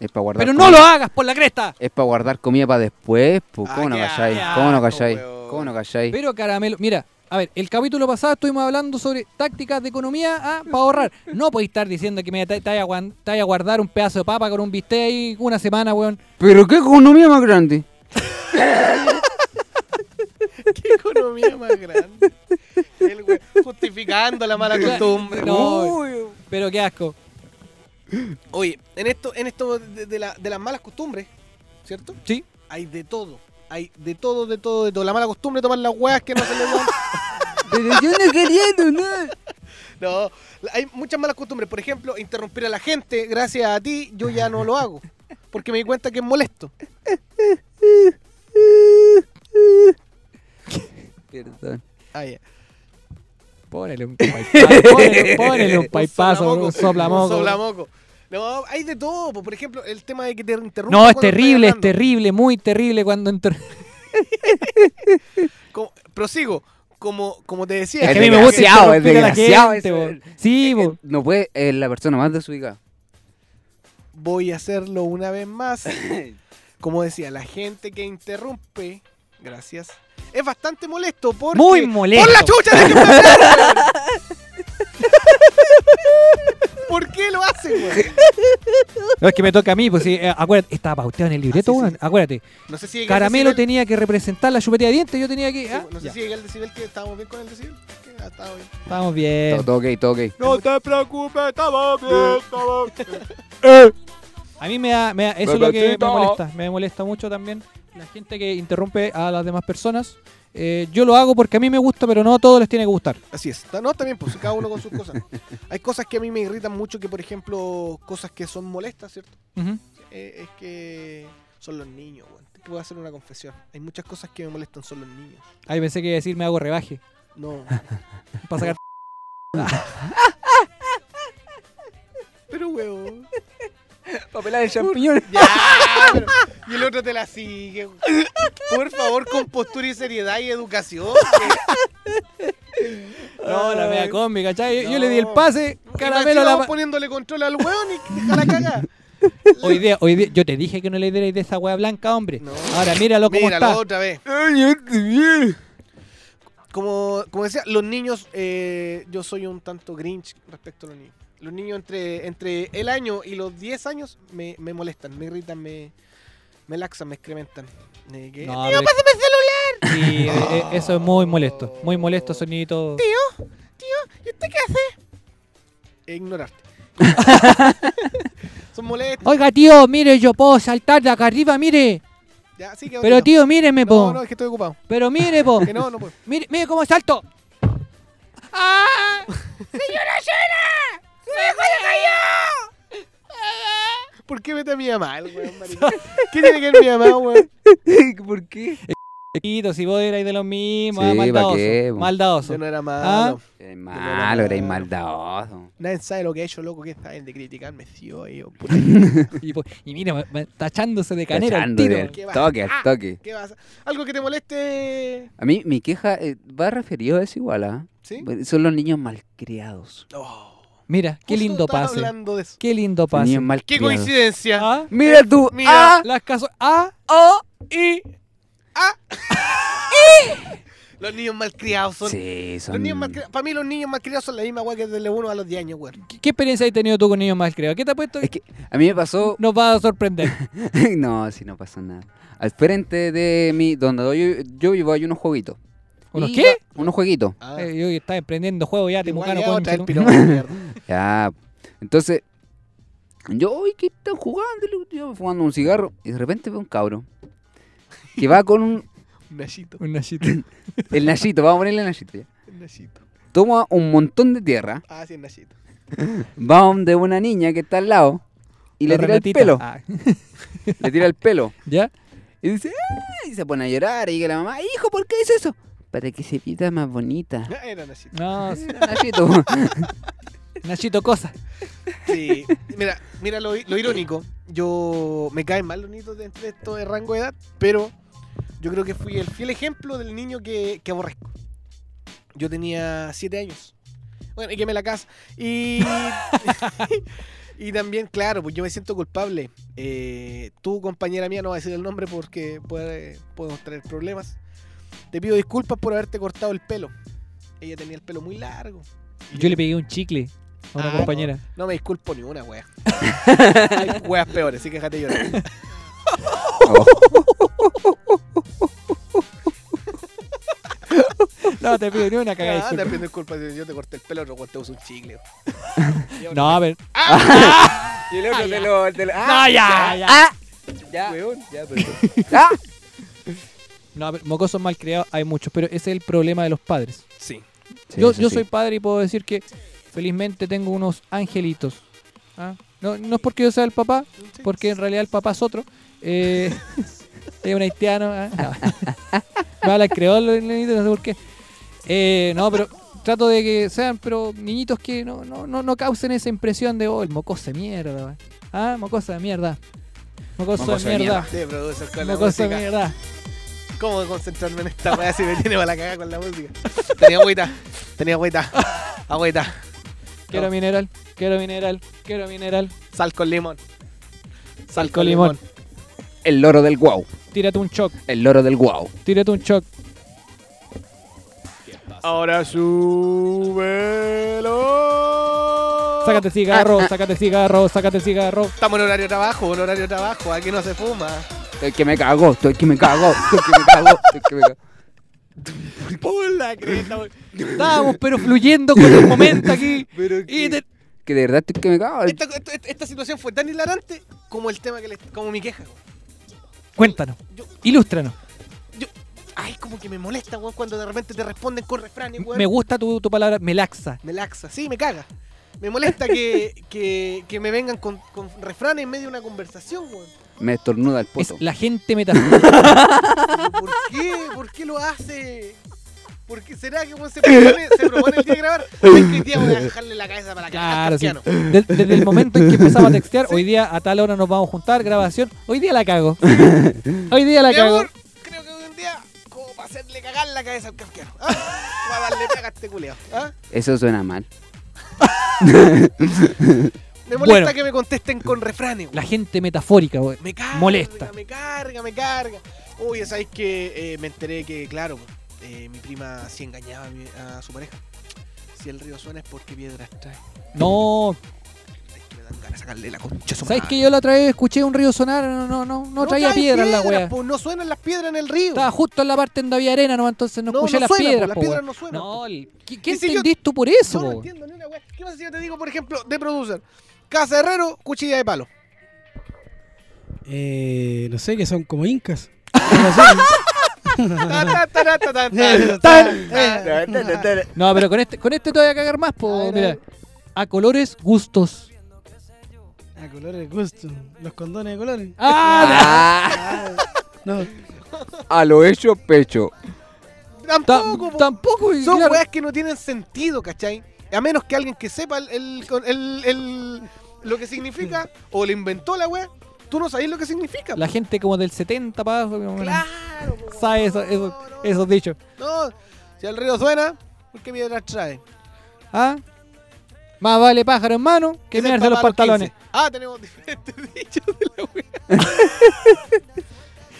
Speaker 2: es para guardar.
Speaker 3: Pero no
Speaker 2: comida.
Speaker 3: lo hagas por la cresta.
Speaker 2: Es para guardar comida para después, po.
Speaker 1: Ah,
Speaker 2: ¿Cómo no
Speaker 1: qué
Speaker 2: calláis?
Speaker 1: asco,
Speaker 2: ¿Cómo no calláis?
Speaker 1: weón.
Speaker 2: ¿Cómo no calláis?
Speaker 3: Pero caramelo, mira, a ver, el capítulo pasado estuvimos hablando sobre tácticas de economía ah, para ahorrar. No podéis estar diciendo que me te, te vaya a guan- te vaya a guardar un pedazo de papa con un bistec ahí una semana, weón.
Speaker 2: ¿Pero qué economía más grande?
Speaker 1: Qué economía más grande. El güey justificando la mala costumbre.
Speaker 3: No, pero qué asco.
Speaker 1: Oye, en esto, en esto de, de la- de las malas costumbres, ¿cierto?
Speaker 3: Sí.
Speaker 1: Hay de todo. Hay de todo, de todo, de todo. La mala costumbre de tomar las weas que no se le dan.
Speaker 2: Pero yo no queriendo, no.
Speaker 1: No, la- hay muchas malas costumbres. Por ejemplo, interrumpir a la gente. Gracias a ti, yo ya no lo hago. Porque me di cuenta que es molesto.
Speaker 2: Perdón.
Speaker 1: Ah, ya.
Speaker 3: Ponele un paipazo, ponele, ponele un paipazo,
Speaker 1: Eh, soplamoco,
Speaker 3: un soplamoco.
Speaker 1: un soplamoco. No, hay de todo. po. Por ejemplo, el tema de que te interrumpen.
Speaker 3: No, es
Speaker 1: cuando estás
Speaker 3: terrible, es
Speaker 1: hablando.
Speaker 3: terrible, muy terrible cuando entro.
Speaker 1: Como- prosigo. Como, como te decía,
Speaker 2: Es
Speaker 1: que
Speaker 2: que a mí me gusta es
Speaker 3: interrumpir a la
Speaker 2: desgraciado
Speaker 3: gente,
Speaker 2: eso.
Speaker 3: weón. Sí, bo.
Speaker 2: No puede, es la persona más desubicada.
Speaker 1: voy a hacerlo una vez más. como decía, la gente que interrumpe, gracias, es bastante molesto porque...
Speaker 3: Muy molesto.
Speaker 1: ¡Por la chucha! déjenme hablar, weón! ¿Por qué lo hace, weón?
Speaker 3: No, es que me toca a mí, pues sí, eh, acuérdate, estaba pauteado en el libreto,
Speaker 1: Ah, sí, sí,
Speaker 3: weón,
Speaker 1: sí.
Speaker 3: acuérdate.
Speaker 1: No sé si llegué al
Speaker 3: Caramelo
Speaker 1: decibel-
Speaker 3: tenía que representar la chupería de dientes, yo tenía que... ah,
Speaker 1: sí, No sé
Speaker 3: ya,
Speaker 1: si llegué al decibel que estábamos bien con el decibel. que ah, estaba bien.
Speaker 3: Estamos bien.
Speaker 2: Todo, todo ok, todo ok.
Speaker 1: No te preocupes, estaba bien, estaba
Speaker 3: A mí me da, me da- eso es lo que me molesta. Me molesta mucho también la gente que interrumpe a las demás personas. Eh, yo lo hago porque a mí me gusta, pero no a todos les tiene que gustar.
Speaker 1: Así es. Ta- No, también, pues cada uno con sus cosas. Hay cosas que a mí me irritan mucho, que por ejemplo, cosas que son molestas, ¿cierto?
Speaker 3: Ujú.
Speaker 1: Eh, es que son los niños, weón. Te puedo hacer una confesión. Hay muchas cosas que me molestan, son los niños.
Speaker 3: Ahí pensé que iba a decir me hago rebaje.
Speaker 1: No.
Speaker 3: Para sacar
Speaker 1: Pero, weón.
Speaker 2: Papelada de champiñones.
Speaker 1: Ya, pero- y el otro te la sigue. weón. Por favor, con postura y seriedad y educación. weón.
Speaker 3: No, la media combi, ¿cachai? Yo, yo le di el
Speaker 1: No. pues,
Speaker 3: pase,
Speaker 1: Y
Speaker 3: caramelo
Speaker 1: encima
Speaker 3: la
Speaker 1: vos
Speaker 3: pa-
Speaker 1: poniéndole control al weón y deja la caga.
Speaker 3: Hoy día, hoy día, yo te dije que no le dierais de esa wea blanca, hombre.
Speaker 1: No.
Speaker 3: Ahora míralo cómo
Speaker 1: Míralo
Speaker 3: está. este
Speaker 1: otra vez. como, como decía, los niños, eh, yo soy un tanto grinch respecto a los niños. Los niños entre, entre el año y los 10 años me, me molestan, me irritan, me, me laxan, me excrementan. Eh, ¿qué?
Speaker 3: No, pásame el celular! Sí, eh, eh, eso es muy molesto. Muy molesto, sonito.
Speaker 1: E ignorarte. Son molestos.
Speaker 3: Oiga, tío, mire, yo puedo saltar de acá arriba, mire.
Speaker 1: Ya, sí, que
Speaker 3: Pero
Speaker 1: otro.
Speaker 3: tío, míreme, po.
Speaker 1: No, no, es que estoy ocupado.
Speaker 3: Pero mire, po.
Speaker 1: Que no, no puedo.
Speaker 3: Mire, mire cómo salto. ¡Ah!
Speaker 1: ¿Por qué vete a mi mamá, el weón, maricón? ¿Qué tiene que ver mi mamá, weón?
Speaker 2: ¿Por qué?
Speaker 3: Chiquito, si vos erais de los mismos,
Speaker 2: Sí,
Speaker 3: ah,
Speaker 2: ¿pa'
Speaker 3: maldadoso.
Speaker 2: qué, po?
Speaker 3: maldadoso.
Speaker 1: Yo no era
Speaker 3: Ah.
Speaker 1: malo.
Speaker 2: Eres malo, eres maldadoso.
Speaker 1: Nadie sabe lo que he hecho, loco, que saben de criticarme, tío. y yo, puta,
Speaker 3: Y, po- y mira, me- me- tachándose de canera el
Speaker 2: Cachando,
Speaker 3: tiro.
Speaker 2: del
Speaker 1: ¿Qué va?
Speaker 2: Toque, al
Speaker 1: Ah.
Speaker 2: toque.
Speaker 1: ¿Qué pasa? Algo que te moleste.
Speaker 2: A mí mi queja eh, va referido a eso igual, ¿ah?
Speaker 1: ¿Sí?
Speaker 2: Son los niños malcriados.
Speaker 1: Oh.
Speaker 3: Mira, qué
Speaker 1: Justo
Speaker 3: lindo
Speaker 1: estaba
Speaker 3: pase.
Speaker 1: hablando de eso.
Speaker 3: Qué lindo
Speaker 2: Los
Speaker 3: pase.
Speaker 2: niños
Speaker 1: ¡Qué
Speaker 2: malcriados.
Speaker 1: coincidencia!
Speaker 3: Ah,
Speaker 2: Mira tú.
Speaker 1: Mira.
Speaker 2: ah,
Speaker 3: Las caso A,
Speaker 2: oh.
Speaker 3: I.
Speaker 1: Los niños malcriados son.
Speaker 2: Sí,
Speaker 1: Los
Speaker 2: son.
Speaker 1: niños Para mí, los niños malcriados son la misma weá que desde los 1 a los 10 años, weón.
Speaker 3: ¿Qué, qué experiencia has tenido tú con niños más, creo? ¿Qué te ha puesto?
Speaker 2: Es que a mí me pasó.
Speaker 3: Nos va a sorprender.
Speaker 2: no, si no pasa nada. Al frente de mí, donde yo, yo vivo, hay unos jueguitos.
Speaker 3: ¿Unos
Speaker 2: Y-
Speaker 3: qué?
Speaker 2: Unos jueguitos.
Speaker 1: Ah,
Speaker 3: Eh, yo estaba emprendiendo juego ya, te
Speaker 1: igual
Speaker 3: mucano
Speaker 1: ya
Speaker 3: con
Speaker 1: otra vez el pirón de mierda.
Speaker 2: Ya. Entonces, yo, uy, ¿qué están jugando? Yo fumando un cigarro. Y de repente veo un cabro. Que va con un.
Speaker 1: Un nacito,
Speaker 3: Un nashito.
Speaker 2: El Nayito, vamos a ponerle el Nayito ya.
Speaker 1: un nacito.
Speaker 2: Toma un montón de tierra.
Speaker 1: Ah, sí, un nacito.
Speaker 2: Va donde una niña que está al lado. Y le
Speaker 3: Los
Speaker 2: tira el
Speaker 3: rematitos.
Speaker 2: pelo.
Speaker 3: Ah,
Speaker 2: Le tira el pelo.
Speaker 3: ¿Ya?
Speaker 2: Y dice, ¡ah! Y se pone a llorar. Y dice la mamá, hijo, ¿por qué hizo eso? Para que se pita más bonita.
Speaker 1: Ah, Era un nacito.
Speaker 3: No,
Speaker 2: Nayito.
Speaker 3: Nachito Cosa.
Speaker 1: Sí. Mira, mira lo, lo irónico. Yo me caen mal los niños de entre esto de rango de edad, pero yo creo que fui el fiel ejemplo del niño que, que aborrezco. Yo tenía 7 años. Bueno, y quemé la casa. Y. y también, claro, pues yo me siento culpable. Eh, tu compañera mía no va a decir el nombre porque puede, podemos traer problemas. Te pido disculpas por haberte cortado el pelo. Ella tenía el pelo muy largo. Y
Speaker 3: Yo le pegué un chicle a una
Speaker 1: Ah,
Speaker 3: compañera.
Speaker 1: no me disculpo ni una, wea. Hay weas peores, así que déjate llorar.
Speaker 3: No, te pido ni una cagada.
Speaker 1: Ah, te
Speaker 3: disculpa.
Speaker 1: pido disculpas, yo te corté el pelo, otro weón te uso un chicle.
Speaker 3: No, a ver.
Speaker 2: y el otro te lo. te lo-
Speaker 3: No,
Speaker 2: ¡Ah!
Speaker 3: ya, ya.
Speaker 2: ya.
Speaker 1: Weón, ya, pero...
Speaker 2: ¡Ah!
Speaker 3: No, a ver, mocosos malcriados hay muchos, pero ese es el problema de los padres.
Speaker 1: Sí.
Speaker 3: yo
Speaker 2: Sí,
Speaker 3: yo
Speaker 2: sí,
Speaker 3: soy
Speaker 2: sí.
Speaker 3: padre y puedo decir que felizmente tengo unos angelitos. ¿Ah? No, no es porque yo sea el papá, porque en realidad el papá es otro. Eh, es un haitiano. ¿ah? No. Me habla el creol, el nenito, no sé por qué. Eh, no, pero trato de que sean pero niñitos que no, no, no, no causen esa impresión de, oh, el mocoso de mierda. Ah, mocoso de mierda. Mocoso,
Speaker 2: Mocoso
Speaker 3: de
Speaker 2: de
Speaker 3: mierda.
Speaker 1: Te produces con la
Speaker 3: Mocoso de
Speaker 1: música.
Speaker 3: mierda.
Speaker 1: ¿Cómo concentrarme en esta wea si me tiene para la cagada con la música? Tenía agüita, tenía agüita, agüita,
Speaker 3: Quiero mineral, quiero mineral, quiero mineral.
Speaker 1: sal con limón.
Speaker 3: Sal con limón.
Speaker 2: El loro del guau.
Speaker 3: Tírate un shock,
Speaker 2: El loro del guau.
Speaker 3: tírate un shock.
Speaker 1: Ahora súbelo.
Speaker 3: Sácate cigarro,
Speaker 1: Ah.
Speaker 3: sácate cigarro, sácate cigarro.
Speaker 1: Estamos en horario de trabajo, en horario de trabajo. Aquí no se fuma.
Speaker 2: Estoy que me cago, estoy que me cago, estoy que me cago, estoy que me cago.
Speaker 1: Pula, creta. güey.
Speaker 3: Estábamos, pero fluyendo con el momento aquí. Y te-
Speaker 2: Que de verdad estoy que me cago.
Speaker 1: Esta, esta- esta situación fue tan hilarante como el tema que le, como mi queja. güey.
Speaker 3: Cuéntanos,
Speaker 1: Yo-
Speaker 3: ilústranos.
Speaker 1: Ay, como que me molesta, weón, cuando de repente te responden con refranes, weón.
Speaker 3: Me gusta tu, tu palabra, melaxa.
Speaker 1: Me laxa, sí, me caga. Me molesta que, que, que me vengan con, con refranes en medio de una conversación, weón.
Speaker 2: Me estornuda el
Speaker 3: Es
Speaker 2: poto.
Speaker 3: la gente metafísica.
Speaker 1: ¿Por qué? ¿Por qué lo hace? ¿Por qué será que weón, se, propone, se propone el día de grabar? ¿Sabes que hoy día voy a dejarle la cabeza para que
Speaker 3: Claro, sí.
Speaker 1: Kafkiano?
Speaker 3: De- desde el momento en que empezaba a textear, hoy día a tal hora nos vamos a juntar, grabación. Hoy día la cago. Hoy día la
Speaker 1: Mi
Speaker 3: cago.
Speaker 1: amor, creo que hoy un día, como para hacerle cagar la cabeza al casquero. ¿ah? Para darle pega a este culeo. ¿ah?
Speaker 2: Eso suena mal.
Speaker 1: Me molesta
Speaker 3: Bueno.
Speaker 1: que me contesten con refranes. weón.
Speaker 3: La gente metafórica, güey.
Speaker 1: Me carga,
Speaker 3: Molesta.
Speaker 1: me carga, me carga. Uy, ¿sabéis que eh, me enteré que, claro, eh, mi prima sí engañaba a, mi- a su pareja? Si el río suena es porque piedras trae.
Speaker 3: No,
Speaker 1: Es que me dan ganas de sacarle la concha a su
Speaker 3: ¿sabes
Speaker 1: madre.
Speaker 3: que yo la otra vez escuché un río sonar? No, no, no, no traía
Speaker 1: trae
Speaker 3: piedras la wea.
Speaker 1: po, no suenan las piedras en el río.
Speaker 3: Estaba justo en la parte donde había arena, no, entonces no,
Speaker 1: No,
Speaker 3: escuché
Speaker 1: no
Speaker 3: las
Speaker 1: suena, po,
Speaker 3: piedras,
Speaker 1: las
Speaker 3: po,
Speaker 1: piedras
Speaker 3: weón.
Speaker 1: no suenan,
Speaker 3: No, el- ¿qué, qué
Speaker 1: Y si yo-
Speaker 3: entendiste tú por
Speaker 1: no,
Speaker 3: eso, po,
Speaker 1: no
Speaker 3: weón?
Speaker 1: entiendo ni una wea. ¿Qué pasa si yo te digo, por ejemplo, de producer? Casa Herrero, cuchilla de palo.
Speaker 4: Eh, no sé, que son como incas.
Speaker 1: Ta, ta, ta, ta, ta, ta, ta,
Speaker 4: Tan.
Speaker 1: ta.
Speaker 3: No, pero con este, con este te voy a cagar más, po.
Speaker 1: A ver,
Speaker 3: mira.
Speaker 1: a ver.
Speaker 3: A colores, gustos.
Speaker 4: A colores gusto. Los condones de colores.
Speaker 3: ¡Ah!
Speaker 2: Ah,
Speaker 4: No.
Speaker 2: a lo hecho pecho.
Speaker 1: Tampoco, po.
Speaker 3: tampoco, y
Speaker 1: Son
Speaker 3: claro,
Speaker 1: weas que no tienen sentido, ¿cachai? A menos que alguien que sepa el, el- el- el- lo que significa o le inventó la wea, tú no sabés lo que significa.
Speaker 3: La gente como del 70 para abajo. como-
Speaker 1: Claro, po,
Speaker 3: Sabe eso,
Speaker 1: no,
Speaker 3: eso,
Speaker 1: no,
Speaker 3: esos dichos.
Speaker 1: No, si el río suena, ¿por qué piedras trae?
Speaker 3: ¿Ah? Más vale pájaro en mano que
Speaker 1: Ese es
Speaker 3: mearse los
Speaker 1: papá a
Speaker 3: pantalones.
Speaker 1: 15. Ah, tenemos diferentes dichos de la wea.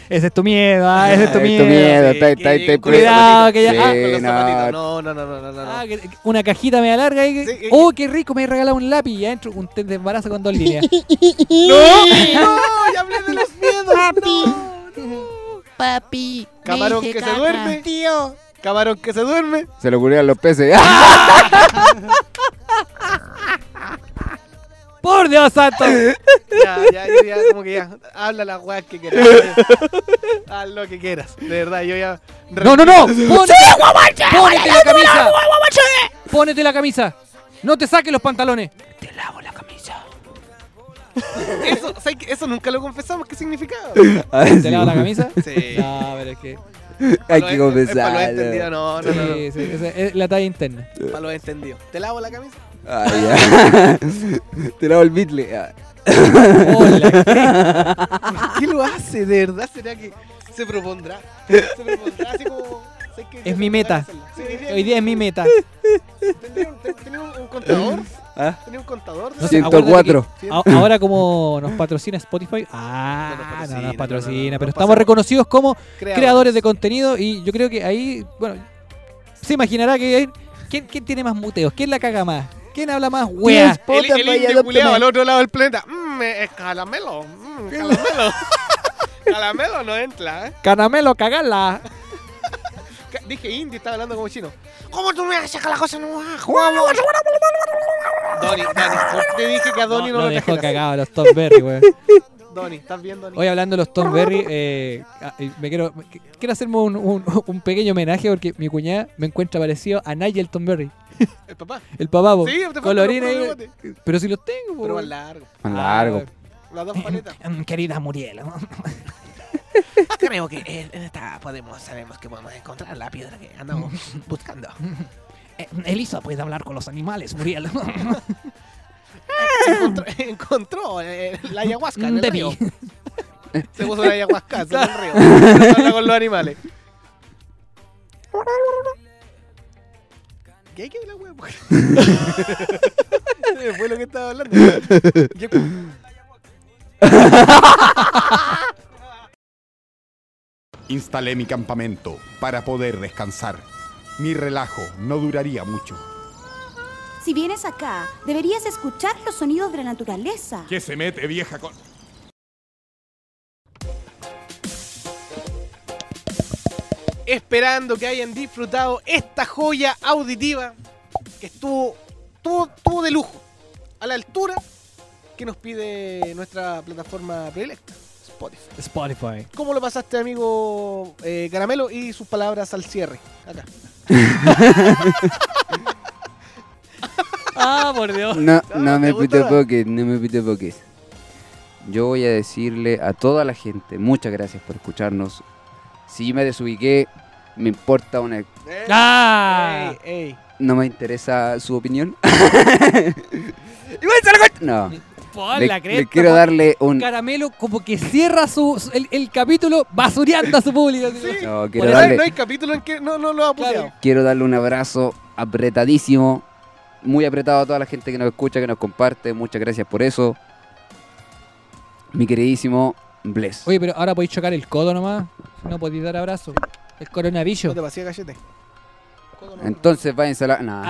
Speaker 3: Ese es tu miedo, ah, ese es tu
Speaker 2: Ay,
Speaker 3: miedo.
Speaker 1: Sí,
Speaker 2: está-
Speaker 1: que
Speaker 2: está- está-
Speaker 1: lleguen con
Speaker 3: Cuidado,
Speaker 2: está-
Speaker 3: que ya-
Speaker 2: Sí,
Speaker 3: ah,
Speaker 1: Con los
Speaker 2: no.
Speaker 1: zapatitos. No, no, no, no, no, no.
Speaker 3: Ah, que- que una cajita me larga y que-
Speaker 1: Sí, eh,
Speaker 3: ¡Oh, qué rico! Me he regalado un lápiz y adentro un test de embarazo con dos líneas.
Speaker 1: ¡No! ¡Ya hablé de los miedos! ¡Papi!
Speaker 7: Papi. me
Speaker 1: Camarón
Speaker 7: hice
Speaker 1: que se
Speaker 7: caca.
Speaker 1: duerme.
Speaker 7: Tío.
Speaker 1: Camarón que se duerme.
Speaker 2: Se le ocurrió a los peces. ¡Ah!
Speaker 3: ¡Por Dios santo!
Speaker 1: Ya, ya, yo ya, como que ya. Habla las weas que quieras. Haz lo que quieras. De verdad, yo ya.
Speaker 3: ¡No, no, no! Ponete, ¡Ponete la camisa! ¡Ponete la camisa! ¡No te saques los pantalones!
Speaker 1: Eso, ¿sabes qué? eso nunca lo confesamos. ¿Qué significaba?
Speaker 2: Ay,
Speaker 3: ¿Te
Speaker 2: sí,
Speaker 3: lavas la camisa?
Speaker 1: Sí.
Speaker 3: No, pero es que...
Speaker 2: Hay
Speaker 1: Para
Speaker 2: que
Speaker 1: los
Speaker 2: confesarlo.
Speaker 1: entendidos, no, no, no.
Speaker 3: Sí, sí, esa es la talla interna.
Speaker 1: no. Para los entendidos. ¿Te lavo la camisa?
Speaker 2: Ay, ya. Te lavo el bitle. Ah.
Speaker 3: Hola.
Speaker 1: ¿Qué lo hace? ¿De verdad será que se propondrá? Se propondrá así como. ¿sabes qué?
Speaker 3: Es mi meta.
Speaker 1: Hacerlo. Sí, diría
Speaker 3: Hoy
Speaker 1: que
Speaker 3: día es mi meta.
Speaker 1: ¿Tenía un, ten- tenía un- un contador?
Speaker 2: Ah.
Speaker 1: ¿Tenía un contador?
Speaker 3: No sé,
Speaker 2: 104.
Speaker 1: Sí.
Speaker 3: A- Ahora como nos patrocina Spotify, ah, no
Speaker 1: No
Speaker 3: nos
Speaker 1: nos patrocina, no,
Speaker 3: patrocina,
Speaker 1: no, no,
Speaker 3: pero
Speaker 1: no
Speaker 3: estamos
Speaker 1: pasa.
Speaker 3: reconocidos como
Speaker 1: Creadores.
Speaker 3: creadores de contenido y yo creo que ahí, bueno, se imaginará que hay- ¿quién, quién tiene más muteos, quién la caga más, quién habla más wea.
Speaker 1: El, el indio culiao al otro lado del planeta. Mmm, es calamelo. Mmm, calamelo. calamelo no entra, ¿eh?
Speaker 3: Canamelo, cagala.
Speaker 1: Ca- Dije indio, estaba hablando como chino. ¿Cómo tú me vas a sacar la cosa no Donny, Donny, yo te dije que a Donny no,
Speaker 3: lo
Speaker 1: lo
Speaker 3: dejó
Speaker 1: trajeras.
Speaker 3: cagado a los Tom Berry, weón.
Speaker 1: Donny, ¿estás bien, Donny?
Speaker 3: Hoy hablando de los Tom Berry, eh, ah, eh, me quiero, me- quiero hacerme un, un- un pequeño homenaje porque mi cuñada me encuentra parecido a Nigel Tom Berry,
Speaker 1: ¿El papá?
Speaker 3: el papá, po.
Speaker 1: Sí, te faltan
Speaker 3: colorina,
Speaker 1: los
Speaker 3: y-
Speaker 1: problemotes.
Speaker 3: pero si los tengo, po,
Speaker 1: Pero más
Speaker 3: weón.
Speaker 1: largo.
Speaker 2: Más largo.
Speaker 1: Las dos paletas.
Speaker 3: Mm, Querida Muriel.
Speaker 1: Ah, Creo que en esta podemos, sabemos que podemos encontrar la piedra que andamos buscando.
Speaker 3: Eh, Elisa puede hablar con los animales, Muriel.
Speaker 1: Ah, Encontró, encontró, eh, la ayahuasca en el
Speaker 3: Debbie.
Speaker 1: río. Se puso la ayahuasca en el río. Empezó a hablar con los animales. ¿Qué hay que ver la wea? Se me Fue lo que estaba hablando. Yo-
Speaker 8: Instalé mi campamento para poder descansar. Mi relajo no duraría mucho.
Speaker 9: Si vienes acá, deberías escuchar los sonidos de la naturaleza.
Speaker 8: ¿Qué se mete, vieja con...?
Speaker 1: Esperando que hayan disfrutado esta joya auditiva que estuvo todo, todo de lujo, a la altura que nos pide nuestra plataforma predilecta, Spotify.
Speaker 3: Spotify.
Speaker 1: ¿Cómo lo pasaste, amigo eh, Caramelo? Y sus palabras al cierre. Acá.
Speaker 3: Ah, por Dios.
Speaker 2: No, no
Speaker 1: ¿te
Speaker 2: me
Speaker 1: gustó
Speaker 2: pite
Speaker 1: la-
Speaker 2: poques, no me pite poques. Yo voy a decirle a toda la gente, muchas gracias por escucharnos. Si me desubiqué, me importa una...
Speaker 3: Eh, Ah.
Speaker 1: Ey, ey.
Speaker 2: No me interesa su opinión. Igual se la cuento. No.
Speaker 3: Por
Speaker 2: Le,
Speaker 3: la
Speaker 2: le
Speaker 3: cresta,
Speaker 2: quiero
Speaker 3: por-
Speaker 2: darle un...
Speaker 3: Caramelo como que cierra su, su- el, el capítulo basureando a su público.
Speaker 1: Sí.
Speaker 2: No,
Speaker 1: Por
Speaker 2: quiero
Speaker 1: eso
Speaker 2: darle...
Speaker 1: No hay capítulo en que no, no lo ha apuleado.
Speaker 3: Claro.
Speaker 2: Quiero darle un abrazo apretadísimo, muy apretado a toda la gente que nos escucha, que nos comparte. Muchas gracias por eso. Mi queridísimo Bless.
Speaker 3: Oye, pero ahora podéis chocar el codo nomás. No podéis dar abrazo. El
Speaker 1: No
Speaker 3: coronavirus.
Speaker 1: te pasé cachete.
Speaker 2: Entonces váyanse a la. no.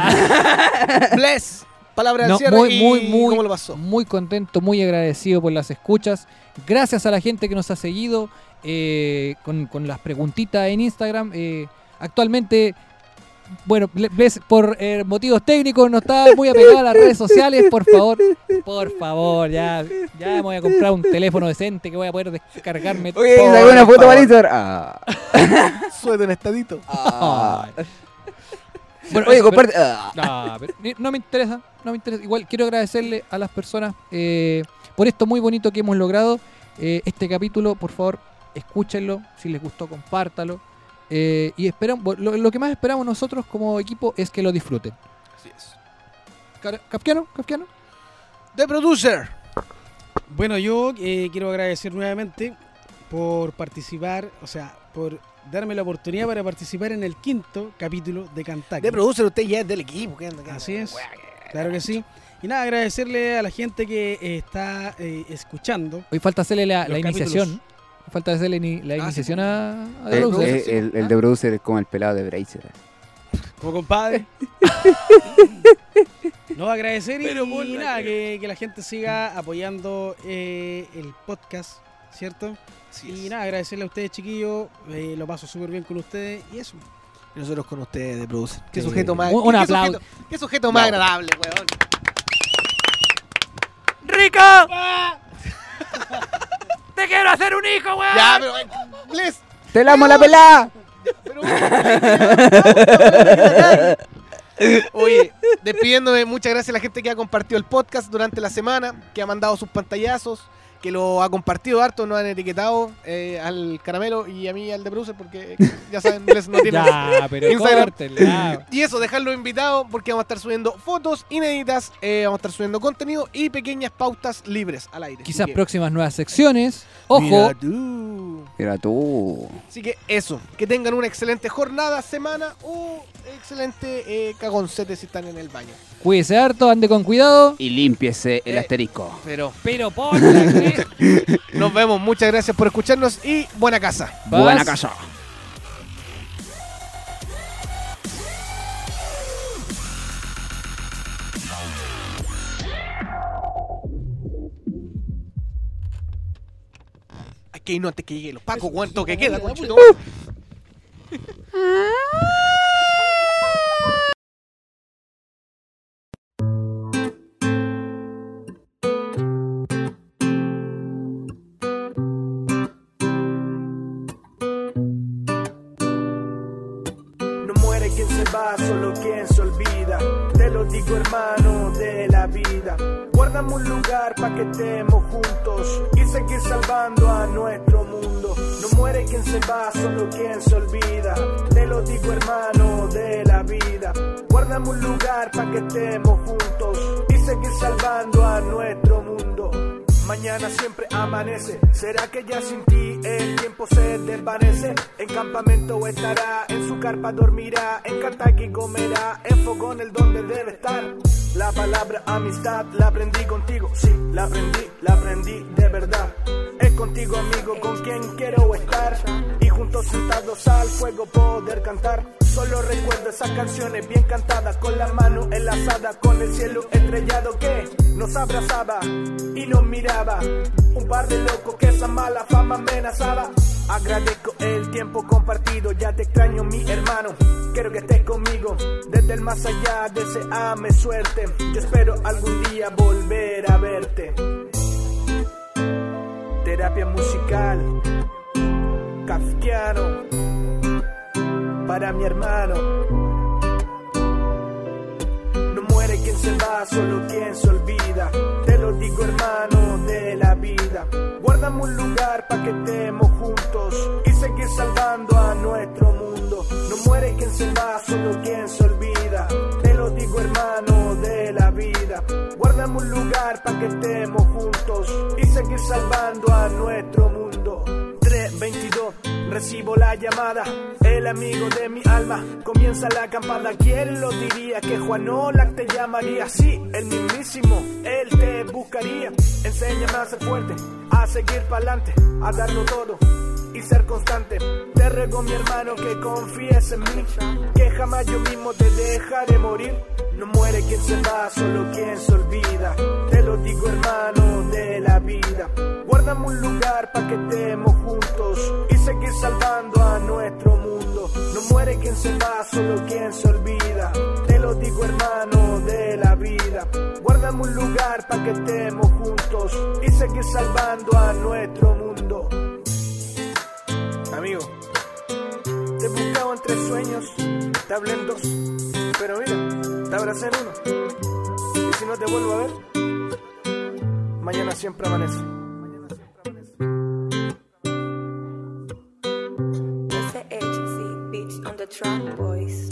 Speaker 1: Bless. Palabra
Speaker 3: No,
Speaker 1: al cierre.
Speaker 3: muy,
Speaker 1: y
Speaker 3: muy, muy,
Speaker 1: ¿Cómo lo pasó?
Speaker 3: muy contento, muy agradecido por las escuchas. Gracias a la gente que nos ha seguido eh, con, con las preguntitas en Instagram. eh, actualmente, bueno, Ble- Bless, por eh, motivos técnicos no está muy apegado a las redes sociales. Por favor, por favor, ya, ya me voy a comprar un teléfono decente que voy a poder descargarme.
Speaker 2: Oye,
Speaker 3: todo.
Speaker 2: sacó una foto para Instagram. Ah,
Speaker 1: Suelta un estadito.
Speaker 2: ah.
Speaker 3: Bueno,
Speaker 2: Oye,
Speaker 3: eso, pero-
Speaker 2: comparte. ah.
Speaker 3: No, pero ni- no me interesa, no me interesa. Igual quiero agradecerle a las personas eh, por esto muy bonito que hemos logrado. Eh, este capítulo, por favor, escúchenlo. Si les gustó, compártalo. Eh, y esperam- bo- lo, lo que más esperamos nosotros como equipo es que lo disfruten. Cara- ¿Kafkiano? ¿Kafkiano?
Speaker 1: The Producer.
Speaker 4: Bueno, yo eh, quiero agradecer nuevamente por participar, o sea, por darme la oportunidad para participar en el quinto capítulo de Cantaki.
Speaker 1: The Producer, usted ya es del equipo. ¿qué anda- qué anda?
Speaker 4: Así es. Claro que sí. Y nada, agradecerle a la gente que eh, está eh, escuchando.
Speaker 3: Hoy falta hacerle la, la
Speaker 4: Los
Speaker 3: iniciación. Falta hacerle ni- la
Speaker 1: Ah, sí, pues. Eh,
Speaker 3: iniciación a, a
Speaker 2: El,
Speaker 3: Drouser.
Speaker 2: el- Eh, el- el de producer es como el pelado de Bracer.
Speaker 4: Como compadre. No, agradecer y, y nada, que, que la gente siga apoyando eh, el podcast, ¿cierto? y nada, agradecerle a ustedes, chiquillos. eh, lo paso súper bien con ustedes y eso.
Speaker 1: Y nosotros con ustedes, The Producer. Qué
Speaker 3: Sí.
Speaker 1: sujeto más.
Speaker 3: Un- un
Speaker 1: qué
Speaker 3: aplauso.
Speaker 1: sujeto- Qué sujeto más agradable, weón.
Speaker 6: ¡Te quiero hacer un hijo, weón!
Speaker 1: Ya, pero. eh, Bless.
Speaker 2: ¡Te la amo la pelada!
Speaker 1: Pero, Oye, despidiéndome, muchas gracias a la gente que ha compartido el podcast durante la semana, que ha mandado sus pantallazos, que lo ha compartido harto, nos han etiquetado eh, al caramelo y a mí al de Bruce, porque eh, ya saben, les no tienen.
Speaker 3: Ya, pero
Speaker 1: Instagram.
Speaker 3: córtenle, ya.
Speaker 1: Y eso, dejarlo invitado porque vamos a estar subiendo fotos inéditas, eh, vamos a estar subiendo contenido y pequeñas pautas libres al aire.
Speaker 3: Quizás
Speaker 1: Así que-
Speaker 3: próximas nuevas secciones. Ojo.
Speaker 1: Mira tú.
Speaker 2: Era tú.
Speaker 1: Así que eso, que tengan una excelente jornada, semana o excelente eh, cagoncete si están en el baño.
Speaker 3: Cuídese harto, ande con cuidado.
Speaker 2: Y límpiese el
Speaker 1: Eh.
Speaker 2: asterisco.
Speaker 1: Pero
Speaker 3: Pero por la cresta.
Speaker 1: nos vemos, muchas gracias por escucharnos y buena casa.
Speaker 2: Buena
Speaker 3: Vas.
Speaker 2: casa.
Speaker 1: Ay, que no te que llegue los pacos, cuánto que queda, conchito.
Speaker 10: No muere quien se va, solo quien se olvida. Te lo digo, hermano, de la vida. Guardamos un lugar para que estemos juntos y seguir salvando a nuestro mundo. No muere quien se va, solo quien se olvida. Te lo digo, hermano, de la vida. Guardamos un lugar para que estemos juntos y seguir salvando a nuestro mundo. Mañana siempre amanece. ¿Será que ya sin ti el tiempo se desvanece? En campamento estará, en su carpa dormirá, en Kentucky comerá, en fogón el donde debe estar. La palabra amistad la aprendí contigo, sí, la aprendí, la aprendí de verdad. Es contigo amigo con quien quiero estar y juntos sentados al fuego poder cantar. Solo recuerdo esas canciones bien cantadas con la mano enlazada con el cielo estrellado que nos abrazaba y nos miraba. Un par de locos que esa mala fama amenazaba. Agradezco el tiempo compartido, ya te extraño mi hermano. Quiero que estés conmigo desde el más allá, deseame suerte. Yo espero algún día volver a verte. Terapia musical, kafkiano, para mi hermano. No muere quien se va, solo quien se olvida. Te lo digo hermano de la vida. Guardamos un lugar para que estemos juntos y seguir salvando a nuestro mundo. No muere quien se va, solo quien se olvida. Te lo digo hermano de la vida. Guardamos un lugar para que estemos juntos y seguir salvando a nuestro mundo. 322, recibo la llamada. El amigo de mi alma comienza la acampada. ¿Quién lo diría que Juan Olac te llamaría? Sí, el mismísimo, él te buscaría. Enséñame a ser fuerte, a seguir pa'lante, a darlo todo y ser constante. Te ruego, mi hermano, que confíes en mí, que jamás yo mismo te dejaré morir. No muere quien se va, solo quien se olvida. Te lo digo, hermano, de la vida. Guardamos un lugar para que estemos juntos y seguir salvando a nuestro mundo. No muere quien se va, solo quien se olvida. Te lo digo, hermano, de la vida. Guardamos un lugar para que estemos juntos y seguir salvando a nuestro mundo. Amigo, te he buscado entre sueños, te hablé en dos, pero mira, te abracé en uno. Y si no te vuelvo a ver, mañana siempre amanece.
Speaker 11: Mr. H, see, bitch on the trunk, boys.